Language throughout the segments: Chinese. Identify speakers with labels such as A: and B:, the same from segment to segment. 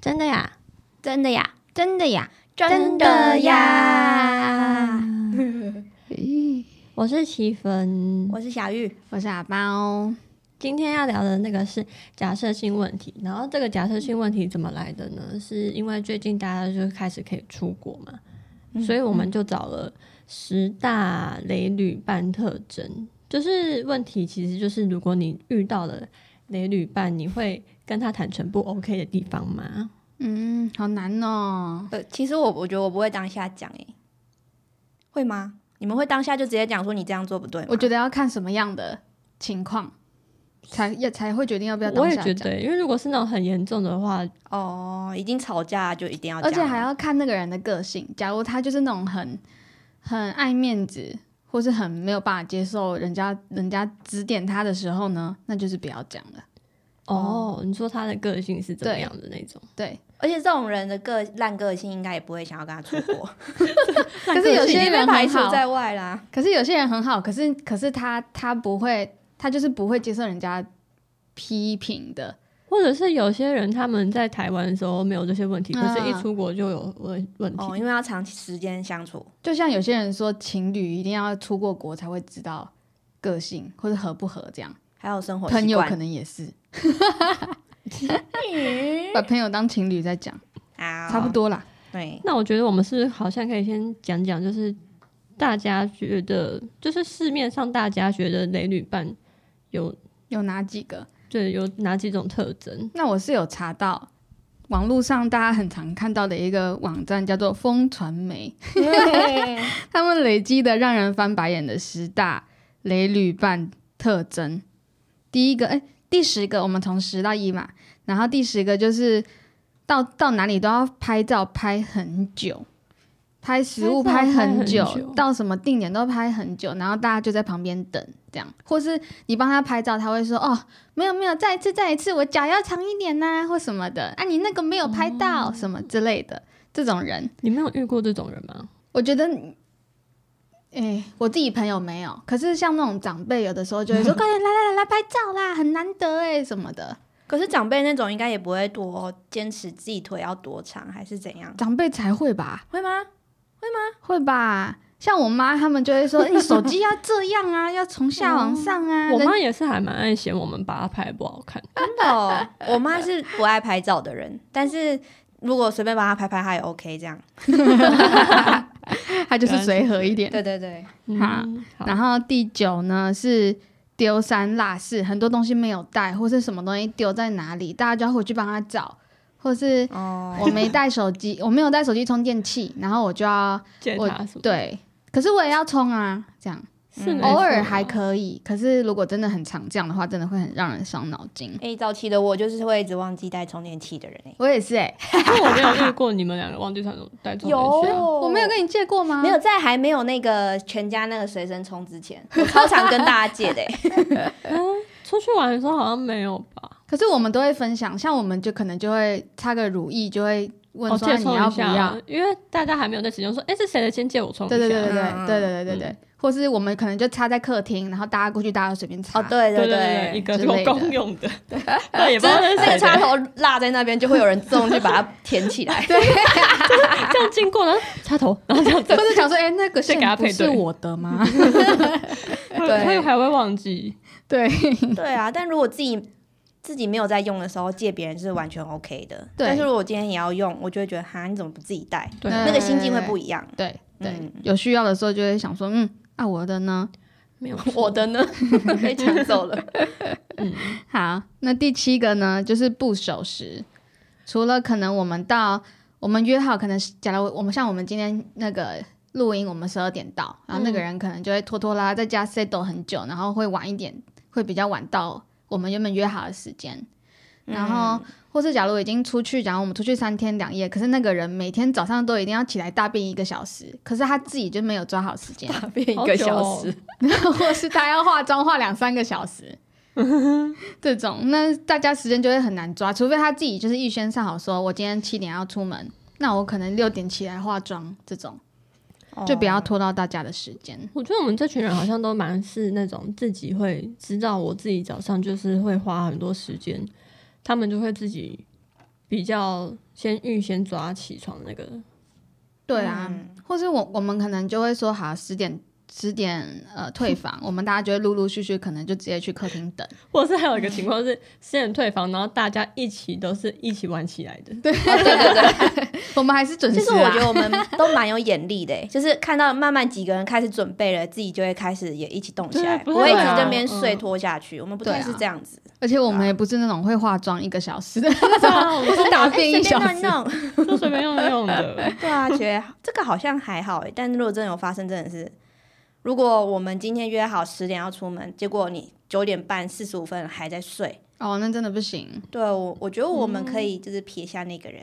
A: 真的呀，
B: 真的呀，
A: 真的呀，
B: 真的呀！！
A: 我是七分，
B: 我是小玉，
C: 我是阿包，
A: 今天要聊的那个是假设性问题，然后这个假设性问题怎么来的呢？是因为最近大家就开始可以出国嘛，
C: 嗯
A: 所以我们就找了十大雷旅伴特征，就是问题其实就是如果你遇到了雷旅伴，你会跟他坦诚不 OK 的地方吗？
C: 嗯，好难哦。
B: 呃，其实我我觉得我不会当下讲诶、会吗？你们会当下就直接讲说你这样做不对吗？
C: 我觉
B: 得
C: 得要看什么样的情况，才也才会决定要不要
A: 我
C: 当
A: 也
C: 下
A: 觉
C: 讲，
A: 得，因为如果是那种很严重的话，
B: 哦，已经吵架就一定要讲，
C: 而且还要看那个人的个性。假如他就是那种很很爱面子，或是很没有办法接受人家人家指点他的时候呢，那就是不要讲了。
A: 哦，你说他的个性是怎么样的那种？
C: 对，
B: 而且这种人的个烂个性应该也不会想要跟他出国，
C: 可是有
B: 已
C: 些
B: 经被
C: 人
B: 排
C: 很
B: 除
C: 好，
B: 在外啦。
C: 可是有些人很好，可是可是他他不会，他就是不会接受人家批评的。
A: 或者是有些人他们在台湾的时候没有这些问题，
C: 嗯
A: 可是一出国就有问问题。
B: 哦，因为要长时间相处，
C: 就像有些人说，情侣一定要出过国才会知道个性或者合不合这样，
B: 还有生活习惯
C: 朋友可能也是
B: 嗯
C: 把朋友当情侣在讲，
B: 啊
C: 差不。多啦。
B: 对，
A: 那我觉得我们是好像可以先讲讲，就是大家觉得，就是市面上大家觉得雷旅伴有
C: 有哪几个？
A: 对有哪几种特征？
C: 那我是有查到。网络上大家很常看到的一个网站叫做风传媒， 他们累积的让人翻白眼的十大雷旅伴特征。第一个，哎，第十个，我们从十到一嘛，然后第十个就是到到哪里都要拍照拍很久，拍食物
A: 拍照拍
C: 很久，
A: 很久
C: 到什么定点都拍很久，然后大家就在旁边等这样，或是你帮他拍照，他会说哦，没有没有，再一次再一次，我脚要长一点呐、或什么的，啊，你那个没有拍
A: 哦
C: 到、什么之类的，这种人。
A: 你没有遇过这种人吗？
C: 我觉得你，哎、我自己朋友没有，可是像那种长辈，有的时候就会说：“快点来来来来拍照啦，很难得哎、什么的。
B: 可是长辈那种应该也不会多坚持自己腿要多长，还是怎样”？
C: 长辈才会吧，
B: 会吗？
C: 会吧？像我妈他们就会说：“你手机要这样啊，要从下往上啊。
A: 我
C: 人
A: 妈也是还蛮爱嫌我们把她拍得不好看，
B: 真的哦，我妈是不爱拍照的人，但是如果随便帮她拍拍，她也 OK 这样。
C: 她就是随和一点。
B: 对对对，
C: 哈
A: 嗯，好
C: 然后第九呢是丢三落四，很多东西没有带，或是什么东西丢在哪里，大家就要回去帮她找，或是
B: 哦，
C: 我没带手机，我没有带手机充电器，然后我就要
A: 借
C: 我
A: 她什么？，
C: 对，可是我也要充啊，这样
A: 是没
B: 嗯
A: 错啊
C: 偶尔还可以。可是如果真的很常这样的话，真的会很让人伤脑筋。
B: 哎、早期的我就是会一直忘记带充电器的人哎、
C: 我也是哎、
A: 可是我没有遇过你们两个忘记带充带充电器啊。
C: 我没有跟你借过吗？
B: 没有，在还没有那个全家那个随身充之前，我超常跟大家借的、欸。
A: 出去玩的时候好像没有吧？
C: 可是我们都会分享，像我们就可能就会擦个乳液，就会问
A: 哦，
C: 说、啊
A: 借
C: 你
A: 充
C: 要
A: 一
C: 不要
A: 下？，因为大家还没有在使用，说哎是谁的先借我充一下？
C: 对对对对对
B: 嗯嗯
C: 对对对对对，或是我们可能就插在客厅，然后大家过去，大家随便插。
B: 哦，对
A: 对对，一
B: 对，
A: 个
C: 之
A: 就
C: 类的
A: 公用的， 对，也不知道
B: 那个
A: 是谁
B: 插
A: 的，
B: 头落在那边，就会有人自动去把它填起来。
A: 这样经过然后插头，然后这样子，
C: 或者想说，哎、那个
A: 先
C: 线
A: 给他
C: 不
A: 配
C: 是
A: 对
C: 我的吗？
A: 会会还会忘记。
C: 对
B: 对啊，但如果自己自己没有在用的时候借别人是完全 OK 的。
C: 对
B: 但是如果我今天也要用，我就会觉得哈，你怎么不自己带？
A: 对，
C: 嗯
B: 那个心境会不一样。
C: 对对
B: 嗯，
C: 有需要的时候就会想说，嗯，啊，我的呢？
A: 没有
B: 我的呢被抢走 了，
C: 好，那第七个呢，就是不守时。除了可能我们到我们约好，可能是假如我们像我们今天那个录音，我们十二点到，然后那个人可能就会拖拖拉拉在家 settle 很久，然后会晚一点，会比较晚到我们原本约好的时间。然后，或是假如已经出去，假如我们出去三天两夜，可是那个人每天早上都一定要起来大便一个小时，可是他自己就没有抓好时间，
B: 变
A: 一个小时，
C: 或是他要化妆化两三个 小时，这种，那大家时间就会很难抓，除非他自己就是预先上好说，我今天七点要出门，那我可能六点起来化妆，这种
B: 哦
C: 就不要拖到大家的时间。
A: 我觉得我们这群人好像都蛮是那种自己会知道，我自己早上就是会花很多时间，他们就会自己比较先预先抓起床那个，
C: 对啊，
B: 嗯
C: 或是我我们可能就会说好十点十点呃退房，我们大家就会陆陆续续可能就直接去客厅等。
A: 或者是还有一个情况是先退房，然后大家一起都是一起玩起来的。对，
B: 哦对对对，
C: 我们还是准时、
B: 其
C: 啊。
B: 实我觉得我们都蛮有眼力的欸， 就是看到慢慢几个人开始准备了，自己就会开始也一起动起来，
A: 对不
B: 不会一
A: 会
B: 直
A: 啊
B: 这边睡
A: 嗯
B: 拖下去。我们不太
C: 对啊
B: 是这样子，
C: 而且我
B: 啊
C: 们也不是那种会化妆一个 小时的，
A: 啊，我们
C: 是打便一小
B: 哎哎随便
C: 时。
B: 弄一弄。
A: 就随便用用 的。
B: 对啊，觉得这个好像还好哎，但如果真的有发生，真的是，如果我们今天约好十点要出门，结果你九点半四十五分还在睡，
C: 哦，那真的不行。
B: 对啊我我觉得我们可
C: 嗯
B: 以就是撇下那个人。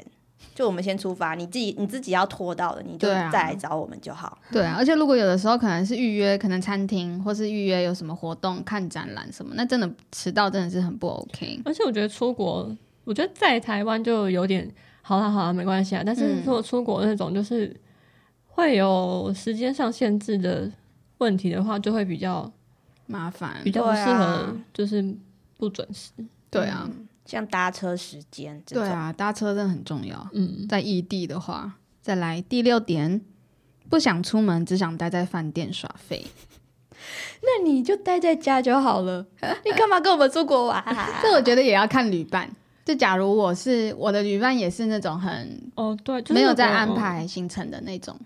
B: 就我们先出发，你自己你自己要拖到了，你就
C: 对啊
B: 再来找我们就好。
C: 对啊，而且如果有的时候可能是预约，可能餐厅或是预约有什么活动、看展览什么，那真的迟到真的是很不 OK。
A: 而且我觉得出国，我觉得在台湾就有点好啦好啦，没关系啊。但是
C: 嗯
A: 如果出国那种就是会有时间上限制的问题的话，就会比较
C: 麻烦
A: 比。较不
B: 对啊
A: 适合，就是不准时。
C: 对啊，
B: 像搭车时间这种，
C: 对啊，搭车真的很重要。
A: 嗯，
C: 在异地的话，再来第六点，不想出门，只想待在饭店耍废。
B: 那你就待在家就好了，你干嘛跟我们出国玩、啊
C: 这我觉得也要看旅伴。就假如我是我的旅伴，也是那种很
A: 哦对，就是
C: 没有
A: 如果
C: 在安。排行程的那种，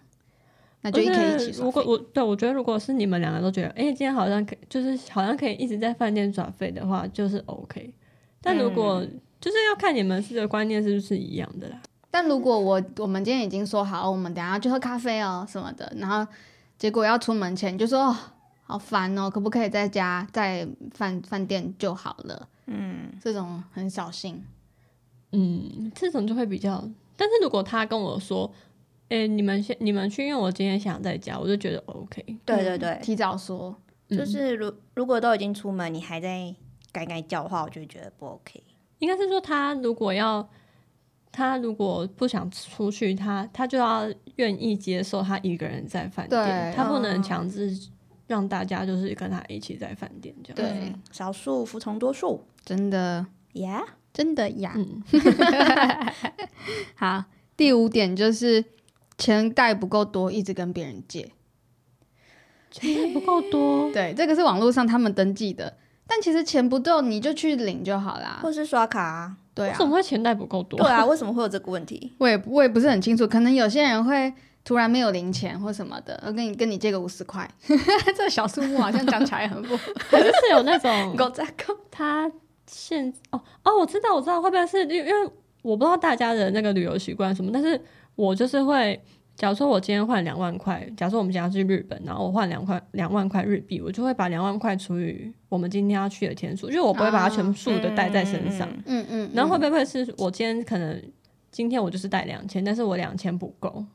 C: 那
A: 那
C: 就一可以一起耍
A: 如果
C: 废。
A: 我对我觉得，如果是你们两个都觉得，哎、今天好像可以就是好像可以一直在饭店耍废的话，就是 OK。但如果、
C: 嗯
A: 就是要看你们是的观念是不是一样的啦。
C: 但如果我我们今天已经说好，我们等一下去喝咖啡哦什么的，然后结果要出门前就说哦好烦哦，可不可以在家在饭饭店就好了？嗯，这种很扫兴。
A: 嗯，这种就会比较。但是如果他跟我说，哎、你们先你们去，因为我今天想在家，我就觉得 OK。嗯
B: 对对
C: 嗯
B: 对，
C: 提早说。
B: 就是如如果都已经出门，你还在改改叫的话，我就会觉得不 OK。
A: 应该是说他如果要，他如果不想出去，他他就要愿意接受他一个人在饭店，
C: 对
A: 他不能
B: 哦
A: 强制让大家就是跟他一起在饭店这样。
C: 对
B: 嗯，少数服从多数
C: 真的，
B: ，Yeah，
C: 真的呀。
A: 嗯，
C: 好，第五点就是钱带不够多，一直跟别人借。
A: 钱不够多，
C: 对，这个是网络上他们登记的，但其实钱不够，你就去领就好啦
B: 或。是刷卡、啊。
C: 对啊
A: 怎，么会钱袋不够多？
B: 对啊，为什么会有这个问题？
C: 我也我也不是很清楚，可能有些人会突然没有零钱或什么的，呃我跟你跟你借个五十块， 这小数目好像讲起来很 不
A: 可是是有那种
B: 狗仔
A: 嗯
B: 狗，
A: 他现哦哦，我知道我知道，会不会是因为因为我不知道大家的那个旅游习惯什么，但是我就是会，假如说我今天换两万块，假如说我们今天要去日本，然后我换两块两万块日币，我就会把两万块除以我们今天要去的天数，因为我不会把它全数的带在身上。
B: 嗯
C: 嗯嗯，
A: 然后会不会是我今天可能今天我就是带两千，但是我两千不够，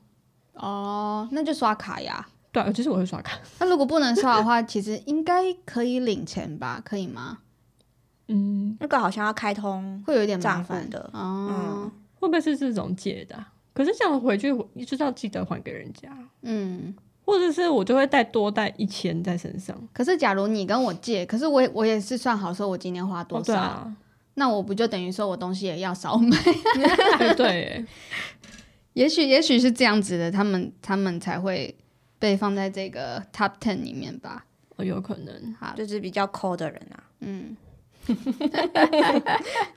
C: 哦，那就刷卡呀。
A: 对，啊就是我会刷卡。
C: 那如果不能刷的话，其实应该可以领钱吧？可以吗？
A: 嗯，
B: 那个好像要开通，嗯
C: 会有一点麻
B: 账户
C: 烦
B: 的
C: 哦。
A: 会不会是这种借的啊、可是这样回去你就是要记得还给人家。啊
C: 嗯
A: 或者是我就会带多带一千在身上。
C: 可是，假如你跟我借，可是我也我也是算好说我今天花多
A: 哦
C: 少，
A: 对啊，
C: 那我不就等于说我东西也要少买？
A: 哎对对耶，
C: 也许也许是这样子的，他们他们才会被放在这个 top ten 里面吧。
A: 哦有可能。
C: 好，
B: 就是比较抠的人啊，
C: 嗯，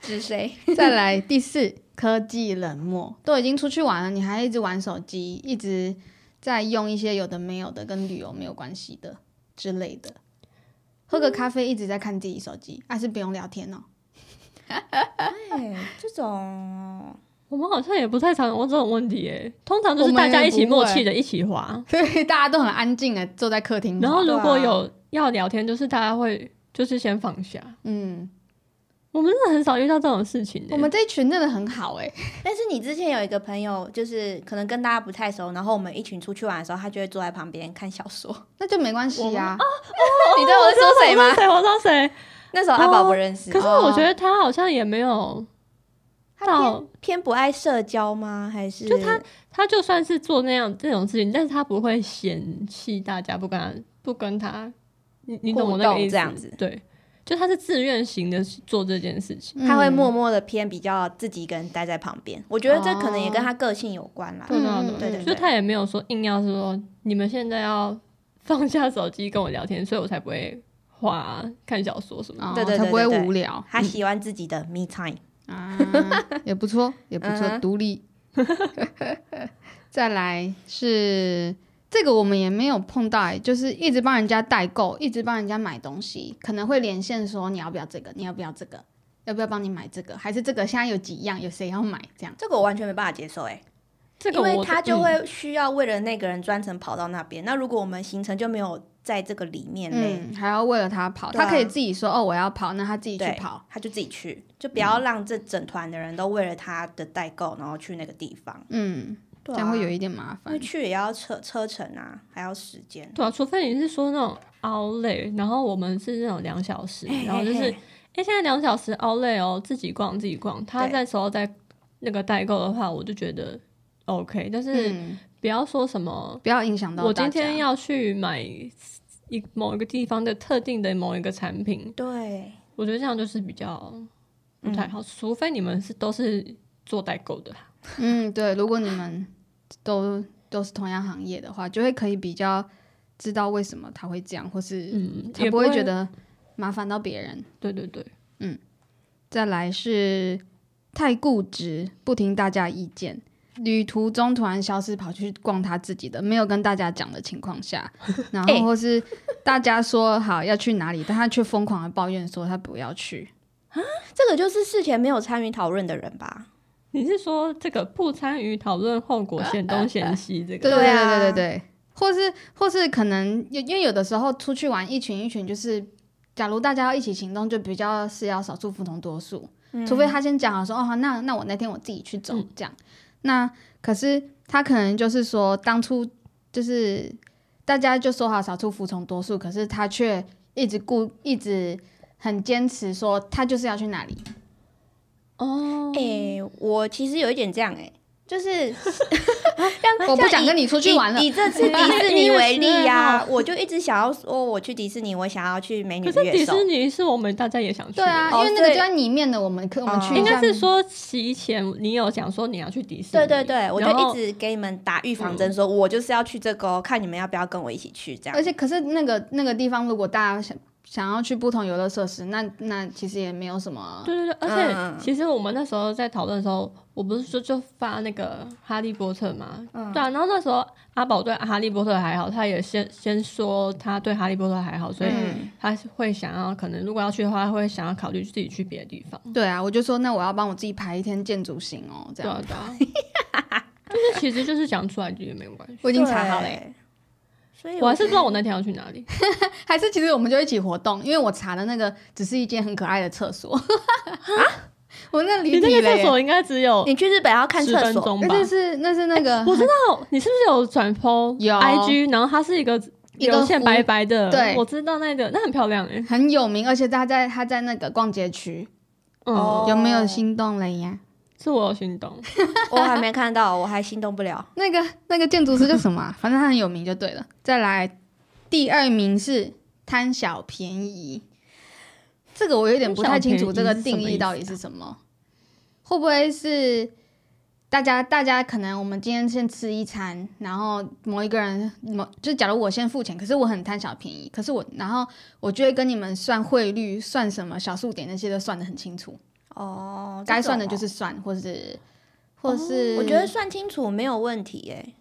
B: 指谁？
C: 再来第四，科技冷漠，都已经出去玩了，你还一直玩手机，一直在用一些有的没有的，跟旅游没有关系的之类的。喝个咖啡，一直在看自己手机，还、是不用聊天哦。
B: 哎，这种
A: 我们好像也不太常有这种问题诶，通常就是
C: 我们
A: 大
C: 也
A: 家一起
C: 不会嗯
A: 默契的一起滑，
C: 对， 大家都很安静的坐在客厅。
A: 然后如果
B: 对啊
A: 有要聊天，就是大家会就是先放下。
C: 嗯，
A: 我们真的很少遇到这种事情耶
C: 我们这一群真的很好哎、
B: 但是你之前有一个朋友，就是可能跟大家不太熟，然后我们一群出去玩的时候，他就会坐在旁边看小说。
C: 那就没关系啊呀、哦
B: 你知道我在说谁
A: 我
B: 吗
A: 知？道我知道谁？
B: 那时候阿宝不认识，
A: 可是我觉得他好像也没有
B: 他
A: 到
B: 偏，偏不爱社交吗？还是
A: 就他他就算是做那样这种事情，但是他不会嫌弃大家不跟他不跟他，你你懂我那个
B: 互动
A: 意思？
B: 这样子
A: 对，就他是自愿型的去做这件事情。
B: 他会
C: 嗯
B: 默默的偏比较自己一个人待在旁边。我觉得这可能也跟
C: 哦
B: 他个性有关啦。
A: 对啊
C: 嗯
B: 对对
A: 就他也没有说硬要说你们现在要放下手机跟我聊天，所以我才不会画看小说什么的。
C: 哦
B: 对对对
C: 才不会
B: 对对
C: 无聊
B: 他喜欢自己的 me time。
C: 啊， 也不错，也不
B: 嗯
C: 错，
B: 哼
C: 独立。 再来是这个我们也没有碰到、欸，就是一直帮人家代购，一直帮人家买东西，可能会连线说你要不要这个，你要不要这个，要不要帮你买这个，还是这个现在有几样，有谁要买这样。
B: 这个我完全没办法接受哎、
A: 这个
B: 因
A: 我
B: 为他就
A: 嗯
B: 会需要为了那个人专程跑到那边。那如果我们行程就没有在这个里面嘞，
C: 嗯，还要为了他跑，
B: 对啊
C: 他可以自己说哦，我要跑，那他自己去
B: 对
C: 跑。
B: 他就自己去，就不要让这整团的人都为了他的代购，然后去那个地方。
C: 嗯，
B: 对
C: 这样会有
B: 啊
C: 一点麻
B: 因
C: 烦
B: 为。去也要车车程啊，还要时间。
A: 对啊，除非你是说那种熬累，然后我们是那种两小时，然后就是
B: 嘿嘿
A: 哎、
B: 嘿
A: 诶现在两小时熬累哦，自己逛自己逛。他
B: 对
A: 在时候在那个代购的话，我就觉得 OK，但是
C: 嗯，
A: 不要说什么、
C: 不要影响到
A: 我
C: 大
A: 今
C: 家
A: 天要去买一某一个地方的特定的某一个产品，
B: 对，
A: 我觉得这样就是比较不
C: 嗯
A: 太好，除非你们是都是做代购的，
C: 嗯，对，如果你们都都是同样行业的话，就会可以比较知道为什么他会这样，或是
A: 嗯，
C: 才
A: 也
C: 不会觉得麻烦到别人。
A: 对对对。
C: 再来是太固执，不听大家意见。旅途中突然消失，跑去逛他自己的，没有跟大家讲的情况下，然后或是大家说好要去哪里，但他却疯狂的抱怨说他不要去。
B: 这个就是事前没有参与讨论的人吧？
A: 你是说这个不参与讨论后果，嫌东嫌西这个？
C: 呃对
B: 对
C: 对
B: 啊
C: 对对对，或是或是可能因因为有的时候出去玩一群一群，就是假如大家要一起行动，就比较是要少数服从多数，
B: 嗯
C: 除非他先讲好说哦，好那那我那天我自己去走、这样。那可是他可能就是说当初就是大家就说好少数服从多数，可是他却一直顾一直。很坚持说他就是要去哪里，
A: 哦，
B: 诶、
C: 嗯
B: 我其实有一点这样诶、 就是
C: 我不想跟你出去玩了
B: 以。以这 次迪士尼为例呀、我就一直想要说，我去迪士尼，我想要去美女
A: 可是
B: 乐
A: 迪
B: 手。
A: 士尼是我们大家也想去的，
C: 对啊，
B: 哦
C: 因为那个
B: 所以
C: 就在里面的，我们可我们
B: 哦
C: 去一
A: 应
C: 下
A: 该是说其前你有讲说你要去迪士尼，
B: 对对对，我就
A: 然后
B: 一直给你们打预防
C: 嗯
B: 针，说我就是要去这个哦，看你们要不要跟我一起去这样
C: 而。且，可是那个那个地方，如果大家想想要去不同游乐设施，那那其实也没有什么。
A: 对对对，
B: 嗯
A: 而且其实我们那时候在讨论的时候，我不是说就发那个哈利波特嘛，
B: 嗯
A: 对啊，然后那时候阿宝对哈利波特还好，他也先先说他对哈利波特还好，所以
B: 嗯
A: 他是会想要可能如果要去的话，会想要考虑自己去别的地方。
C: 对啊，我就说那我要帮我自己排一天建筑行哦，这
A: 对啊
C: 样。
A: 对啊， 就是其实就是讲出来也没有关系。
C: 我已经查好了、欸
B: 对，所以
A: 我还是不知道我那天要去哪里。
C: 还是其实我们就一起活动，因为我查的那个只是一间很可爱的厕所。 我那离
A: 啊你
C: 题
A: 那个
C: 了
A: 厕
C: 耶。
A: 所应该只有
B: 你去日本要看
A: 十
B: 厕
A: 分
B: 所，
A: 钟吧
C: 那？就是那是那个，
A: 哎我知道，你是不是有转 PO
C: 有
A: IG？然后它是一个
C: 一个
A: 流线
C: 弧
A: 白白的，
C: 对
A: 我知道那个，那很漂亮哎。
C: 很有名，而且他在他在那个逛街区，
A: 嗯
B: 哦，
C: 有没有心动了呀？
A: 是我有心动。
B: 我还没看到，我还心动不了。
C: 那个那个建筑师叫什 么啊、反正他很有名就对了。再来，第二名是贪小便宜，这个我有点不太清楚这个定义到底是什么，会不会是大家大家可能我们今天先吃一餐，然后某一个人某就假如我先付钱，可是我很贪小便宜，可是我然后我就会跟你们算汇率、算什么小数点那些都算的很清楚，
B: 哦，。
C: 该算的就是是算，或是或是、
B: 哦我觉得算清楚没有问题诶、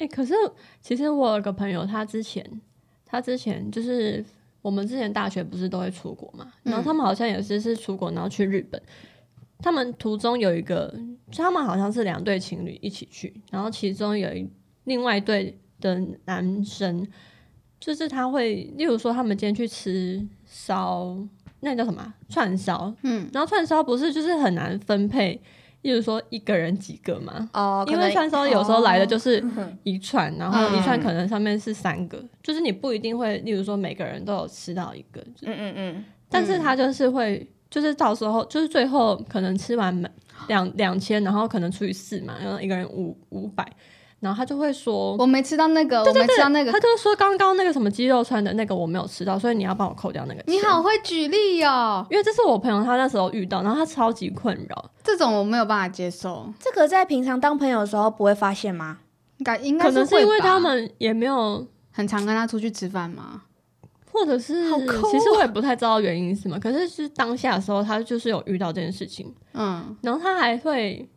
A: 哎，可是其实我有个朋友，他之前他之前就是我们之前大学不是都会出国嘛，然后他们好像也是是出国，然后去日本。他们途中有一个，就他们好像是两对情侣一起去，然后其中有一另外一对的男生，就是他会，例如说他们今天去吃烧，那叫什么啊串烧，嗯，然后串烧不是就是很难分配，例如说一个人几个嘛，
B: 哦，可
A: 因为
B: 能
A: 串烧有时候来的
C: 哦
A: 就是
C: 嗯
A: 一串，然后一串可能上面是三个，就是你不一定会，例如说每个人都有吃到一个，
B: 嗯嗯嗯，
A: 但是他就是会，就是到时候就是最后可能吃完每两两千，然后可能除以四嘛，然后一个人五五百，然后他就会说，
C: 我没吃到那个，我没吃到那个
A: 他，就说刚刚那个什么鸡肉串的那个我没有吃到，所以你要帮我扣掉那个。
C: 你，好会举例哦，
A: 因为这是我朋友他那时候遇到，然后他超级困扰，
C: 这种我没有办法接受，
B: 这个在平常当朋友的时候不会发现吗？
C: 应该应该
A: 可能
C: 是会
A: 因为
C: 吧
A: 他们也没有，
C: 很常跟他出去吃饭嘛，
A: 或者是
B: 好抠哦
C: 啊
A: 其实我也不太知道原因是什么，可是是当下的时候他就是有遇到这件事情，
C: 嗯，
A: 然后他还会，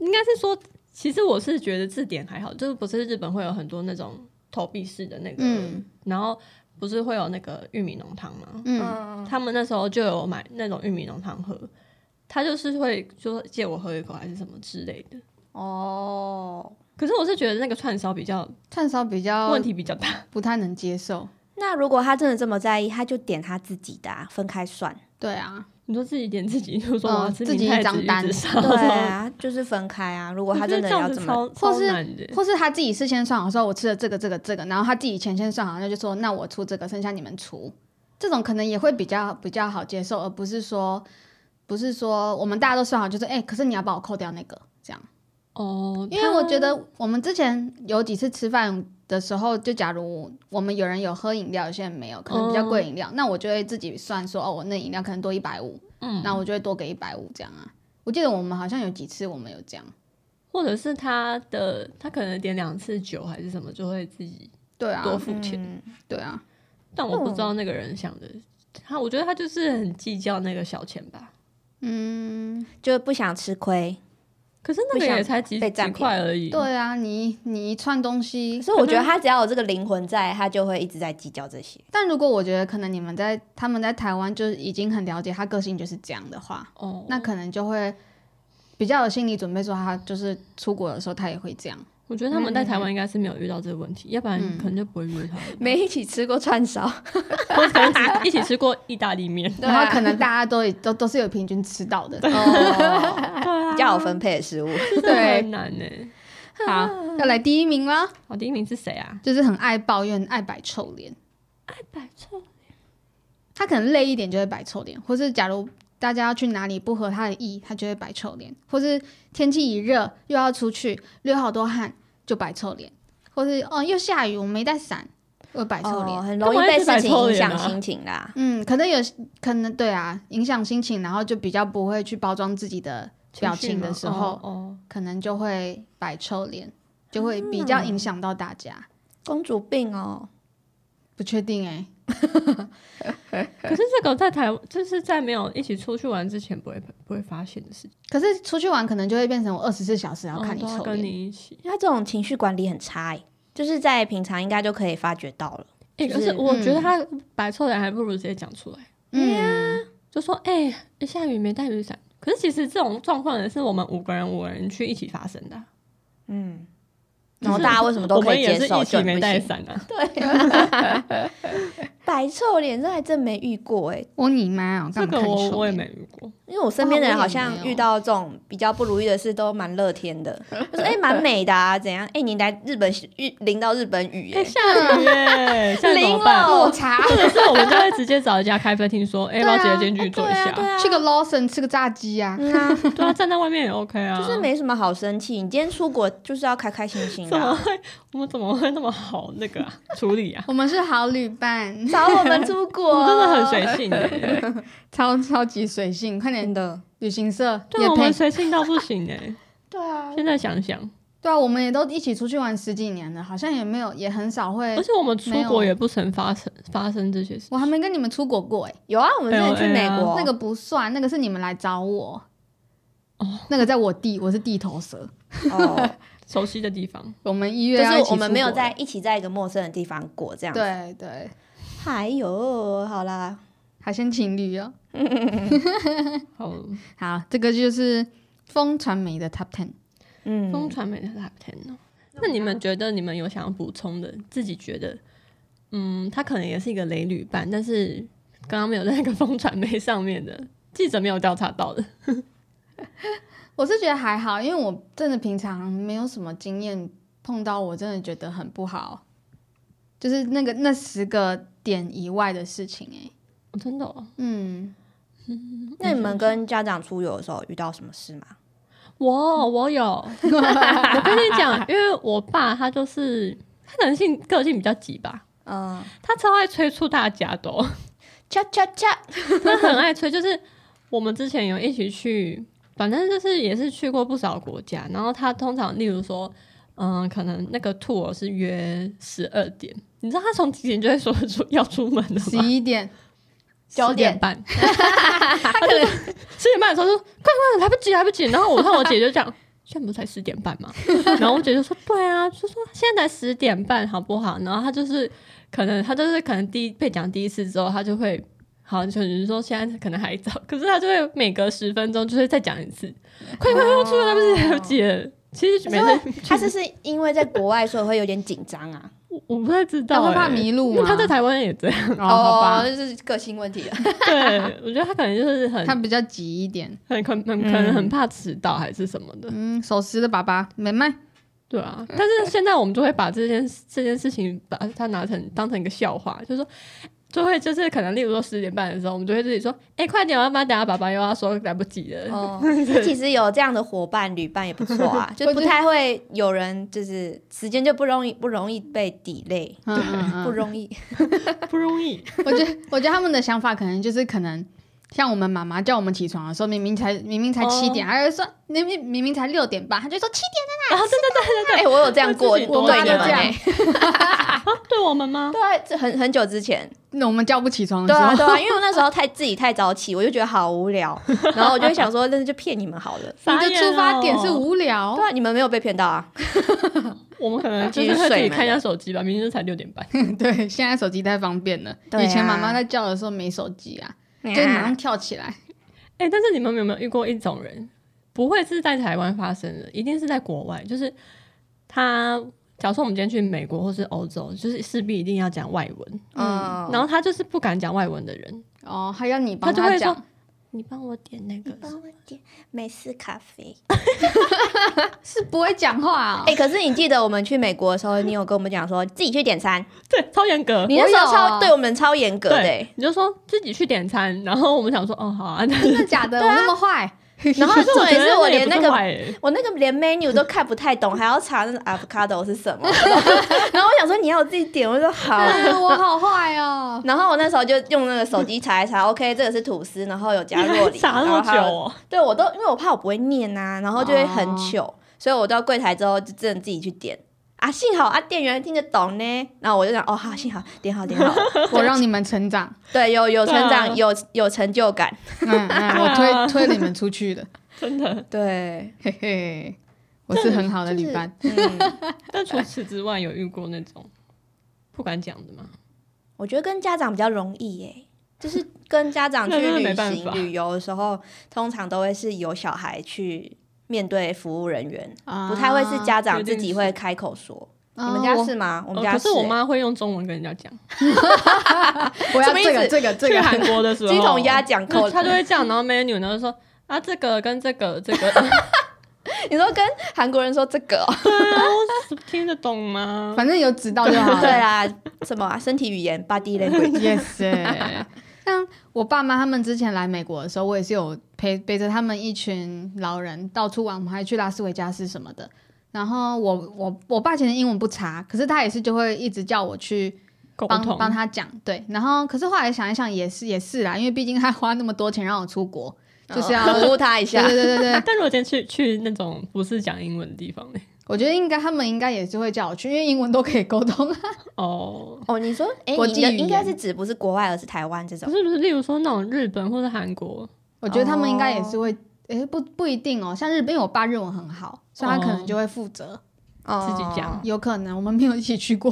A: 应该是说，其实我是觉得字典还好，就是不是日本会有很多那种投币式的那个，
C: 嗯
A: 然后不是会有那个玉米浓汤吗？
C: 嗯，
B: 嗯，
A: 他们那时候就有买那种玉米浓汤喝，他就是会说借我喝一口还是什么之类的。
B: 哦，
A: 可是我是觉得那个串烧比较
C: 串烧比较
A: 问题比较大，
C: 不太能接受，
B: 那如果他真的这么在意，他就点他自己的、啊，分开算。
C: 对啊，
A: 你说自己点自己，就说
C: 嗯
A: 我要吃
C: 自己
A: 明太
C: 一
A: 子
C: 张
A: 玉
C: 单
A: 子烧，
B: 对啊，就是分开啊。如果
A: 我
B: 他
A: 觉
B: 真
A: 得
B: 的
A: 这
B: 要
A: 样
B: 这
A: 子
B: 么，
A: 超
C: 或
A: 超
C: 是
A: 难的。
C: 或是他自己事先算好说，我吃了这个这个这个，然后他自己钱先算好，那就说那我出这个，剩下你们出，这种可能也会比较比较好接受，而不是说不是说我们大家都算好，就是哎、可是你要帮我扣掉那个这样。
A: 哦，
C: 因为我
A: 他
C: 觉得我们之前有几次吃饭的时候，就假如我们有人有喝饮料，有些人没有，可能比较贵饮料，那我就会自己算说，哦，我那饮料可能多一百五，
A: 嗯
C: 那我就会多给一百五这样啊。我记得我们好像有几次我们有这样，
A: 或者是他的他可能点两次酒还是什么，就会自己
C: 对啊，
A: 多付钱。
B: 嗯
C: 对啊，
A: 但我不知道那个人想的，他我觉得他就是很计较那个小钱吧。
C: 嗯，
B: 就不想吃亏。
A: 可是那个也才几
B: 不想被占
A: 几块而已，
C: 对啊，你你一串东西
B: 可，是我觉得他只要有这个灵魂在，他就会一直在计较这些。
C: 但如果我觉得可能你们在他们在台湾就是已经很了解他个性就是这样的话，
A: 哦，
C: 那可能就会比较有心理准备，说他就是出国的时候他也会这样。
A: 我觉得他
B: 嗯
A: 们在台湾应该是没有遇到这个问题，要不然可能就不会约 他了。
B: 没一起吃过串 烧，
A: 或者可能只一起吃过意大利面，
C: 然后可能大家都 都都是有平均吃到的，
B: 哦，比较好分配的食物。
A: 对，
C: 对
A: 很，难呢。
C: 好，要来第一名啦，
A: 好，第一名是谁啊？
C: 就是很爱抱怨、爱摆臭脸。
A: 百臭，
C: 他可能累一点就会摆臭脸，或是假如大家要去哪里不合他的意，他就会摆臭脸，或是天气一热又要出去流好多汗就摆臭脸，或是哦又下雨我没带伞又摆臭脸。
B: 哦，很容易被事情影响心情啦。
C: 嗯，可能有可能对啊，影响心情，然后就比较不会去包装自己的表情的时候
A: 哦，哦，
C: 可能就会摆臭脸，就会比较影响到大
A: 嗯
C: 家。
B: 公主病哦，
C: 不确定哎、
A: 可是这个在台湾，就是在没有一起出去玩之前，不会不会发现的事情。
C: 可是出去玩可能就会变成我二十四小时要看
A: 哦
C: 你
A: 都要
C: 臭
A: 跟
C: 脸。
A: 你一起。
B: 他这种情绪管理很差欸就是在平常应该就可以发觉到了。
A: 哎，可
B: 就是
A: 是我觉得
C: 嗯
A: 他摆臭脸还不如直接讲出来。
C: 嗯，
A: 就说：“哎、下雨没带雨伞。”可是其实这种状况也是我们五个人五个人去一起发生的啊、
B: 嗯，然后大家为什么都
A: 我
B: 可
A: 们
B: 以
A: 也
B: 接
A: 是
B: 受，
A: 一
B: 就
A: 起
B: 你
A: 没
B: 不
A: 带
B: 行。
A: 伞啊。
B: 白臭脸这还真没遇过哎、
C: 我你妈哦，
A: 这
C: 干
A: 个
C: 嘛看
A: 我
C: 臭
A: 我也
C: 脸
A: 没遇 过，
B: 因为我身边的人
C: 哦我也
B: 好像
C: 没有
B: 遇到这种比较不如意的事都蛮乐天 的，我说哎蛮、美的啊，怎样？哎、你来日本遇淋到日本雨哎、
A: 下雨耶，下雨怎么办？
B: 淋了
C: 抹茶。
A: 或者是我们就会直接找一家咖啡厅 说：“哎、
C: 对
A: 要
C: 啊
A: 不要直接进去坐一下？”
B: 对啊
C: 去个 Lawson 吃个炸鸡啊，
B: 嗯啊，
A: 对啊，站在外面也 OK 啊。
B: 就是没什么好生气。你今天出国就是要开开心心
A: 怎
B: 的、
A: 么
B: 啊，
A: 会， 我们怎么会那么好那个、啊、处理啊？
C: 我们是好旅伴，
B: 找我们出
A: 我
B: 国，
A: 们真的很随性欸 耶，
C: 超超级随性，快点
B: 真的。
C: 旅行社
A: 对
C: 业
A: 啊，我
C: 配
A: 们随性到不行 哎。
B: 对啊，
A: 现在想想，
C: 对啊，我们也都一起出去玩十几年了，好像也没有，也很少会
A: 而。且我们出
C: 没有
A: 国也不曾发生发生这些事。
C: 我还没跟你们出国过哎、
B: 有啊，我们之前去美国，
C: 哦那个不算，那个是你们来找我。那个在我地，我是地头蛇。
B: 哦，
A: 熟悉的地方，
C: 我们一
B: 就
C: 月要一
B: 是
C: 起
B: 我们
C: 出
B: 没有
C: 国
B: 在一起在一个陌生的地方过这样。，
C: 对对
B: 哎呦，好啦，
C: 海鲜情侣哦。
A: 好，
C: 好，这个就是风传媒的 Top Ten。
B: 嗯，
A: 风传媒的 Top Ten 哦。那你们觉得你们有想要补充的？自己觉得，嗯，他可能也是一个雷旅伴，但是刚刚没有在那个风传媒上面的记者没有调查到的。
C: 我是觉得还好，因为我真的平常没有什么经验，碰到我真的觉得很不好，就是那个那十个点以外的事情哎、
A: 哦、 真的、哦，
C: 嗯，
B: 那你们跟家长出游的时候遇到什么事吗？
A: 我我有，我跟你讲，因为我爸他就是他可能性个性比较急吧，
B: 嗯，
A: 他超爱催促大家的哦、
B: 恰恰恰，
A: 他很爱吹，就是我们之前有一起去，反正就是也是去过不少国家。然后他通常，例如说，嗯、可能那个 tour 是约十二点，你知道他从几点就会说出要出门的
C: 十
A: 吗？
C: 一 点，
A: 10
B: 九
A: 点
B: 点
A: 半，他可能十点半的时候说快快来不及来不及，然后我看我姐就讲，现在不是才十点半吗？然后我姐就说对啊，就说现在才十点半好不好？然后他就是可能他就是可能第一被讲第一次之后，他就会好，就是说现在可能还早，可是他就会每隔十分钟就会再讲一次，快快快出来来不及来不及了。其实每次
B: 他是不是因为在国外，所以会有点紧 张啊？
A: 我我不太知
C: 他
A: 道、
C: 会
A: 欸，
C: 怕迷路
A: 因为
C: 吗？
A: 他在台湾也这样。
C: 哦，好吧，
B: 这是个性问题啊了。
A: 对，我觉得他可能就是很
C: 他比较急一点。
A: 很可很可能很怕迟到还是什么的，
C: 嗯，手撕的爸爸没卖，
A: 对啊。但是现在我们就会把这件这件事情把它拿成当成一个笑话，就是说。就会就是可能，例如说十点半的时候，我们就会自己说：“哎、快点啊，要不然等下爸爸又要说来不及了。
B: 哦， 其实有这样的伙伴、旅伴也不错啊，就不太会有人就是时间就不容易不容易被抵累，
C: 嗯嗯
B: 不
C: 嗯，
B: 容易。
A: 不容易。
C: 我觉得我觉得他们的想法可能就是可能。像我们妈妈叫我们起床的时候，明明才明明才七
B: 哦
C: 点，她就说明明明明才六点半，她就说七点。
A: 然后对对
B: 哎、我有这样过，
A: 我自己
B: 对
A: 我妈
B: 你
A: 都
B: 们
A: 这样
B: 哎、
A: 对，对我们吗？
B: 对啊，这很很久之前，
C: 那我们叫不起
A: 哦
C: 床的
B: 对
C: 时
B: 啊
C: 候，
B: 对啊，因为我 那时候太自己太早起，我就觉得好无聊，然后我就会想说，那就骗你们好了。
A: 傻
C: 你的
A: 眼
C: 出发点是
A: 哦
C: 无聊
B: 对，啊，你们没有被骗到啊，
A: 我们可能就
B: 继续
A: 是会自
B: 睡
A: 己
B: 嘛
A: 看一下手机吧，明天就才六点半。
C: 对，现在手机太方便了。
B: 对啊
C: 以前妈妈在叫的时候没手机啊，就马
B: 嗯
C: 上跳起来。
A: 哎、但是你们有没有遇过一种人，不会是在台湾发生的，一定是在国外，就是他。假如说我们今天去美国或是欧洲，就是势必一定要讲外文，
B: 嗯，
A: 然后他就是不敢讲外文的人，
C: 哦，还要你
A: 他
C: 帮
A: 就会说
C: 讲，：“
A: 你帮 我点那个。
B: 我点美式咖啡。
C: 是不会讲话哦
B: 哎、。可是你记得我们去美国的时候，你有跟我们讲说自己去点餐，”
A: 对，超严格。
B: 你那时候
C: 我有啊
B: 超对我们超严格的、
A: 对
B: 欸，，
A: 你就说自己去点餐，然后我们想说：“哦，好 啊。”但是
C: 真的假的？我那么坏？
B: 然后重
A: 我觉
B: 点是
A: 得
B: 我
A: 也
B: 连
A: 不
B: 那
A: 是
B: 个
A: 坏欸
B: 我那个连 menu 都看不太懂，还要查那个 avocado 是 什么。 然后我想说你要我自己点，我就说好。
C: 啊我好坏哦。
B: 然后我那时候就用那个手机查一查，OK，这个是吐司，然后有加
A: 你
B: 洛
A: 还
B: 里，
A: 傻那
B: 然
A: 么
B: 后还
A: 久
B: 有
A: 哦，
B: 对我都因为我怕我不会念呐、然后就会很糗，所以我到柜台之后就真的自己去点。啊，幸好啊，店员听得懂呢。然后我就想，哦，好，幸好点好 点好。
C: 我让你们成长，
B: 对，有有成
A: 对啊
B: 长，有有成 就感。
C: 嗯嗯，我
B: 啊
C: 推推你们出去的，
A: 真的。
B: 对，
C: 嘿嘿，我是很好的旅伴。
B: 嗯，
A: 但除此之外，有遇过那种不敢讲的吗？
B: 我觉得跟家长比较容易耶、就是跟家长去
A: 那真的没
B: 旅
A: 办法
B: 行旅游的时候，通常都会是有小孩去面对服务人员，
C: 啊
B: 不太会是家
A: 一
B: 长
A: 定
B: 自己
A: 是
B: 会开口说。
C: 啊
B: 你们家
C: 我
B: 是吗？我们
A: 呃
B: 家
A: 可是我
B: 欸
A: 妈会用中文跟人家讲。
C: 我要
B: 什么意
C: 这个
B: 思
C: 这个这
A: 去
C: 个
A: 韩国的时候，
B: 鸡同 鸭讲
A: 就
B: 口，
A: 哦他就会这样，然后 menu 然后就说啊这个跟这个这个， 然
B: 你说跟韩国人说这个哦、
A: 后听得懂 吗？
C: 反正有指导就好了。
B: 对啦，什么、啊、身体语言 body language，
C: Yes，欸
A: 哎
C: 像我爸妈他们之前来美国的时候，我也是有陪陪着他们一群老人到处玩，我们还去拉斯维加斯什么的。然后我我我爸其实英文不差，可是他也是就会一直叫我去
A: 沟
C: 帮
A: 通
C: 帮他讲，对。然后可是后来想一想也是也是啦，因为毕竟他花那么多钱让我 出国， 就是要、
B: 哦服务他一
C: 对
B: 下。
C: 对对对对，
A: 哎但如果今天去去那种不是讲英文的地方哎呢？
C: 我觉得应该他们应该也是会叫我去，因为英文都可以沟通啊。
A: 哦，
B: 哦，你说，哎、
C: 国
B: 你
C: 际
B: 的
C: 语
B: 应该
C: 言
B: 是指不是国外，而是台湾这
A: 不
B: 种。
A: 是不是，例如说那种日本或者韩国，
C: 我觉得他们应该也是会，
B: 哦
C: 诶、不不一定哦。像日本，因为我爸日文很好，所以他可能就会负责。
B: 哦
A: 自己讲
C: 有可能我们没有一起 去过，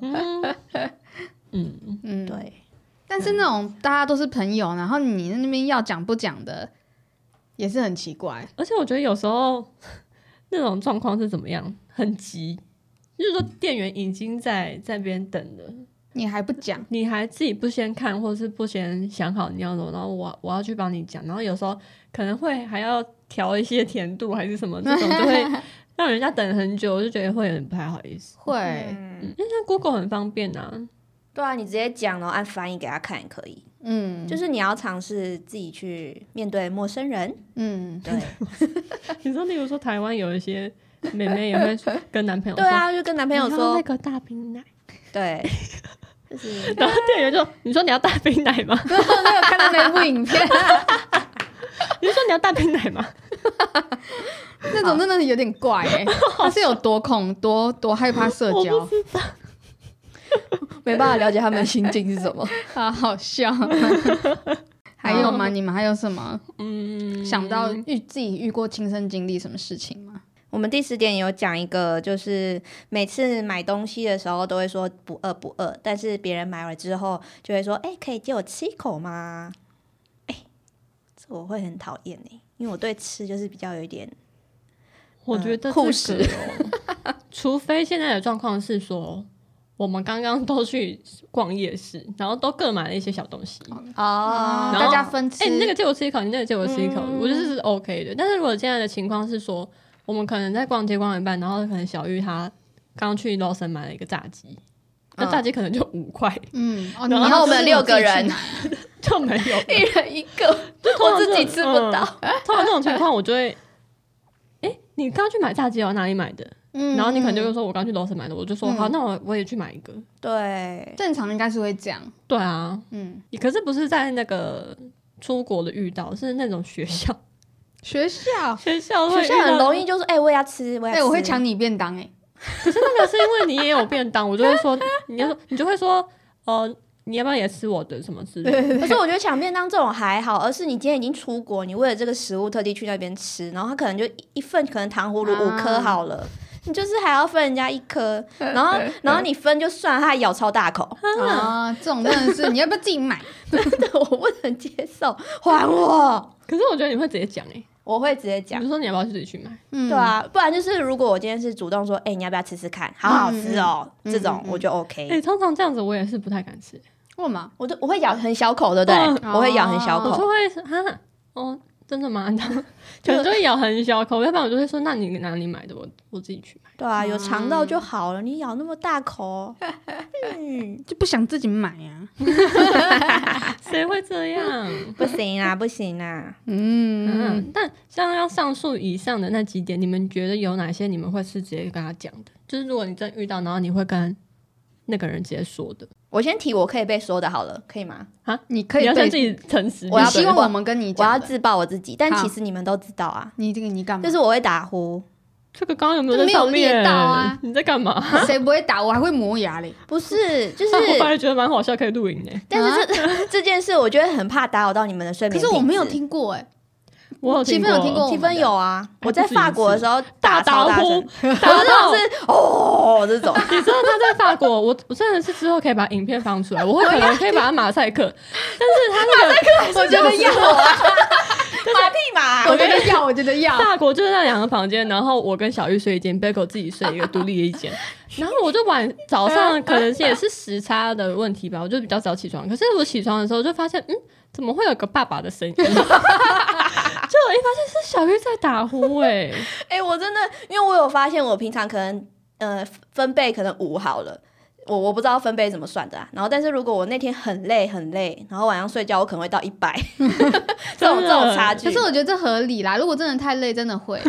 A: 嗯嗯，
C: 嗯，。
B: 对，
C: 但是那种大家都是朋友，然后你那边要讲不讲的，也是很奇怪。
A: 而且我觉得有时候 那种状况是怎么样，很急。就是说，店员已经在在那边等了，
C: 你还不讲，
A: 你还自己不先看，或是不先想好你要什么，然后我我要去帮你讲，然后有时候可能会还要调一些甜度还是什么，这种 就会让人家等很久，我就觉得会很不太好意思。
C: 会、
B: 嗯，
A: 嗯，因为像 Google 很方便啊，
B: 对啊，你直接讲，然后按翻译给他看也可以。
C: 嗯
B: 就是你要尝试自己去面对陌生人。
C: 嗯，
B: 对
A: 你说，例如说台湾有一些妹妹也会跟男朋友
B: 对啊，就跟男朋友
A: 你要
B: 说
A: 那，个大冰奶，
B: 对，就是
A: 然后店员就说你说你要大冰奶 吗？
C: 我有看到那部影片，
A: 你是说你要大冰奶吗？
C: 那种真的是有点怪哎、他是有多恐多多害怕社
A: 我
C: 交
A: 不，知道，
B: 没办法了解他们的心境是什么。
C: 啊，好笑。还有吗？你们还有什么
A: 嗯，
C: 想到遇自己遇过亲身经历什么事情吗？
B: 我们第十点有讲一个，就是每次买东西的时候都会说不饿不饿，但是别人买了之后就会说：“哎、可以借我吃一口吗？”哎、这我会很讨厌哎，因为我对吃就是比较有一点
A: 我觉得
B: 嗯护
A: 这
B: 食
A: 个 哦除非现在的状况是说，我们刚刚都去逛夜市，然后都各买了一些小东西。
C: 哦
B: 啊嗯
A: 然后
C: 大家分吃，
A: 哎、你那个借我吃一口，你那个借我吃一口，我觉得这是 OK 的。但是如果现在的情况是说，我们可能在逛街逛一半，然后可能小玉她刚去 Lawson 买了一个炸鸡，那
B: 嗯
A: 炸鸡可能就五块，
C: 嗯，哦，
A: 然后
C: 你要
B: 我们
C: 自己
B: 六个
C: 去
B: 人
C: 买
A: 就没有了
B: 一人一个，
A: 就通常
B: 我自己
A: 这
B: 吃不到。
A: 嗯通常这种情况，我就会，哎、你刚去买炸鸡哦，哪里买的？
C: 嗯
A: 然后你可能就
C: 嗯
A: 会说，我刚去 Lawson 买的。我就说，
C: 嗯
A: 好，那我我也去买一个。
B: 对，
C: 正常应该是会这样，
A: 对啊，
C: 嗯，
A: 可是不是在那个出国的遇到，是那种学校，
C: 学 校。
A: 学校会
B: 学校很
A: 易。
B: 容易就是哎、我也要吃，我也
C: 哎、
B: 要吃。
C: 我会抢你便当哎、
A: 可是那个是因为你也有便当，我就会 说，你要你就会说，呃，你要不要也吃我的什么之类的？
B: 可是我觉得抢便当这种还好，而是你今天已经出国，你为了这个食物特地去那边吃，然后他可能就一一份可能糖葫芦
C: 啊
B: 五颗好了。你就是还要分人家一颗，然后然后你分就算了，他还咬超大口，
C: 啊，这种真的是你要不要自己买？
B: 我不能接受，还我！
A: 可是我觉得你会直接讲哎、
B: 我会直接
A: 欸，
B: 讲
A: 比，如说你要不要自己去买？
C: 嗯，
B: 对，啊，不然就是如果我今天是主动说，哎、你要不要吃吃看，好好吃哦，
C: 嗯嗯
B: 这种
C: 嗯嗯
B: 我就
A: 哎、
B: OK，
A: 通常这样子我也是不太敢吃，
C: 为嘛？
B: 我都我会咬很小口，对不对？
C: 嗯
B: 我会咬很小
C: 哦
A: 我
B: 口
A: 就，会是哈哦。真的吗？ 然后可能就会咬很小口，要不然我就会说，那你哪里买的？我我自己去买。
B: 对啊，有尝
C: 嗯
B: 到就好了，你咬那么大口，嗯。
C: 就不想自己买呀、啊
A: 谁会这 样？
B: 不行啊啦，不行啦！
C: 嗯，
A: 嗯，但像要上述以上的那几点，你们觉得有哪些你们会是直接跟他讲的？就是如果你真遇到，然后你会跟那个人直接说的
B: 我先提我可以被说的好了，可以吗？
A: 啊？
C: 你可
A: 你
C: 以
A: 要先自
C: 被，
A: 己诚实。
B: 我
C: 你
B: 要
C: 希望
B: 我
C: 我们跟你
B: 我要
C: 讲的，
B: 自爆我自己，但
C: 好
B: 其实你们都知道啊，
C: 你这个你干嘛？
B: 就是我会打呼，
A: 这个刚刚有没有在
C: 没有
A: 上面？
C: 列到啊
A: 你在干嘛？
C: 谁不会打，我还会磨牙嘞。
B: 不是， 就
A: 我反
B: 是，
A: 而觉得蛮好笑，可以录影呢。
B: 但是这 这件事我觉得很怕打扰到你们的睡
C: 可
B: 眠。
C: 是我没有，听过 哎、
A: 我有
C: 气
A: 听
C: 氛有听过
B: 气氛有啊，我在法国的时候
A: 大
B: 超
A: 打
B: 大
A: 呼
B: 声，，
A: 打到
B: 不是是哦这种，
A: 你知道啊他在法国，我我真的是之后可以把影片放出来，我会可能可以把他马赛 克，但是他那个
B: 我觉得要啊， 马屁马，
C: 我觉得要，我觉得要。
A: 法国就是那两个房间，然后我跟小玉睡一间，Bagel 自己睡一个独立的一 间。然后我就晚早上可能是也是时差的问题吧，我就比较早起床。可是我起床的时候就发现，嗯，怎么会有个爸爸的声音？就 我一发现是小玉在打呼哎、
B: 哎、我真的，因为我有发现，我平常可能呃分贝可能五好了，我我不知道分贝怎么算的、啊。然后，但是如果我那天很累很累，然后晚上睡觉，我可能会到一 百，这
A: 真
B: 种这
A: 的
B: 种差距。
C: 可是我觉得这合理啦，如果真的太累，真的会，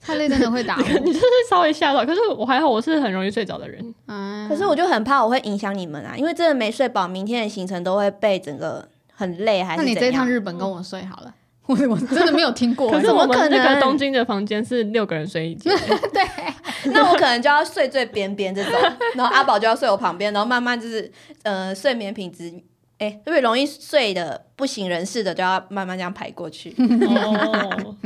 C: 太累真的会 打呼。
A: 你就是稍微吓到。可是我还好，我是很容易睡着的人。
C: 嗯
B: 可是我就很怕我会影响你们啊，因为真的没睡饱，明天的行程都会被整个很累还
C: 那
B: 是
C: 你这
B: 怎
C: 一趟
B: 样？
C: 日本跟我睡好了，我我真的没有听过欸。
A: 可是
B: 怎
A: 我
B: 么可
A: 们
B: 能
A: 那个东京的房间是六个人睡一 间，
C: 对，
B: 那我可能就要睡最边边这 种，然后阿宝就要睡我旁边，然后慢慢就是呃睡眠品质。哎、特别容易睡的不省人事的，就要慢慢这样排过去。
A: 哦，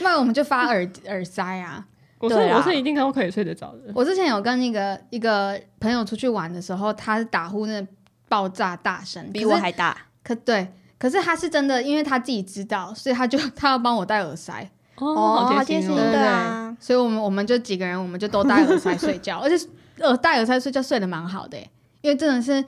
C: 那我们就发耳耳塞啊。
A: 我是
B: 对啊
A: 我是一定都可以睡得着的。
C: 我之前有跟那个一个朋友出去玩的时候，他打呼那爆炸大声，
B: 比
C: 可
B: 我
C: 是
B: 还大，
C: 可对，可是他是真的，因为他自己知道，所以他就他要帮我戴耳塞，
A: 哦，好贴心
B: 哦
A: 哦
B: 好贴心
C: 对
B: 对啊
C: 对，所以我们我们就几个人，我们就都戴耳 塞呃睡觉，而且耳戴耳塞睡觉睡得蛮好的欸，因为真的是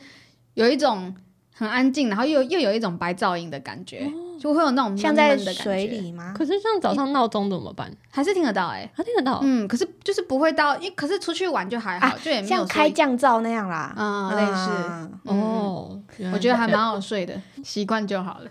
C: 有一种很安静，然后又又有一种白噪音的感觉，就会有那种闷
B: 哦像在
C: 闷的感
B: 水
C: 觉，
B: 里吗？
A: 可是像早上闹钟怎么办？
C: 还是听得到哎、
A: 他听得到，
C: 嗯，可是就是不会到，因为可是出去玩就还好，就也没有
B: 啊像
C: 说
B: 开降噪那样啦。
C: 啊、类似。
B: 嗯
C: 哦，
A: 哦，原来
C: 我觉得还蛮好睡 的，习惯就好了。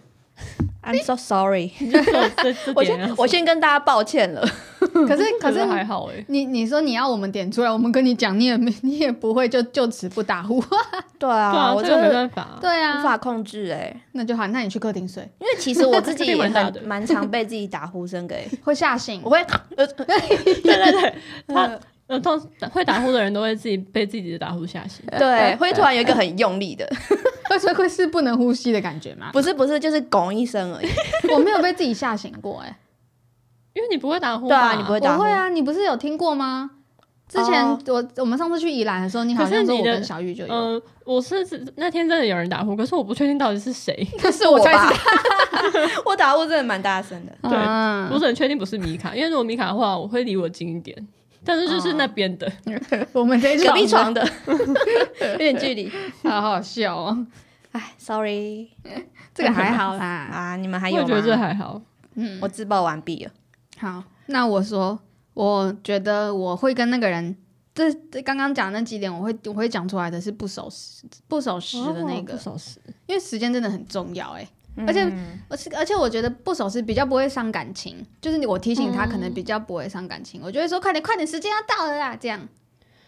B: ，I'm so sorry，
A: 你就说这这
B: 我
A: 点啊
B: 先，我先跟大家抱歉了。
C: 可是可
A: 可
C: 是
A: 是还好哎，
C: 你你说你要我们点出来，我们跟你讲，你也 没你也不会就就此不打 呼。
B: 对
A: 对啊，
B: 啊，我
A: 这
B: 真
A: 个没
B: 的
A: 办法啊，
C: 对
B: 无
C: 啊，
B: 法控制哎、
C: 那就好，那你去客厅睡，
B: 因为其实我自己也
A: 这蛮大
B: 很
A: 的
B: 蛮常被自己打呼声给，
C: 会吓醒
B: 我。会呃
A: 对对对，他呃，通会打呼的人都会自己被自己的打呼吓醒。
B: 对，会突然有一个很用力的，
C: 会会会是不能呼吸的感觉吗？
B: 不是不是，就是拱一声而已。
C: 我没有被自己吓醒过哎、
A: 因为你不会打呼
B: 对
A: 吧，
B: 啊，你不会打
C: 我
B: 呼
C: 会啊，你不是有听过吗？之前
B: 哦
C: 我我们上次去宜兰的时候，你好
A: 可是
C: 像说
A: 你
C: 我
A: 的
C: 跟小玉就有，
A: 嗯，我是指那天真的有人打呼，可是我不确定到底是谁，
C: 可是
B: 我
C: 才
B: 吧
C: 知，
B: 我打呼真的蛮大声的。
C: 道，
A: 对
C: 嗯
A: 我只能确定不是米卡，因为如果米卡的话，我会离我近一点。但是就是那边的，
C: 我们这一
B: 隔壁
C: 床
B: 床的有点距离，
C: 的好好笑哦，
B: 哎，sorry
C: 这个还好啦。
B: 啊，你们还
A: 我
B: 有
A: 也觉得这
B: 吗？
A: 还好。
C: 嗯，
B: 我自爆完毕了。
C: 好，那我说，我觉得我会跟那个人，这这刚刚讲那几点，我会我会讲出来的是不守时不守时的那个，
A: 手时，
C: 因为时间真的很重要哎、而且
B: 嗯
C: 而且而且我觉得不守时比较不会伤感情，就是你我提醒他可能比较不会伤感情，我就会说快点快点，时间要到了啦，这样，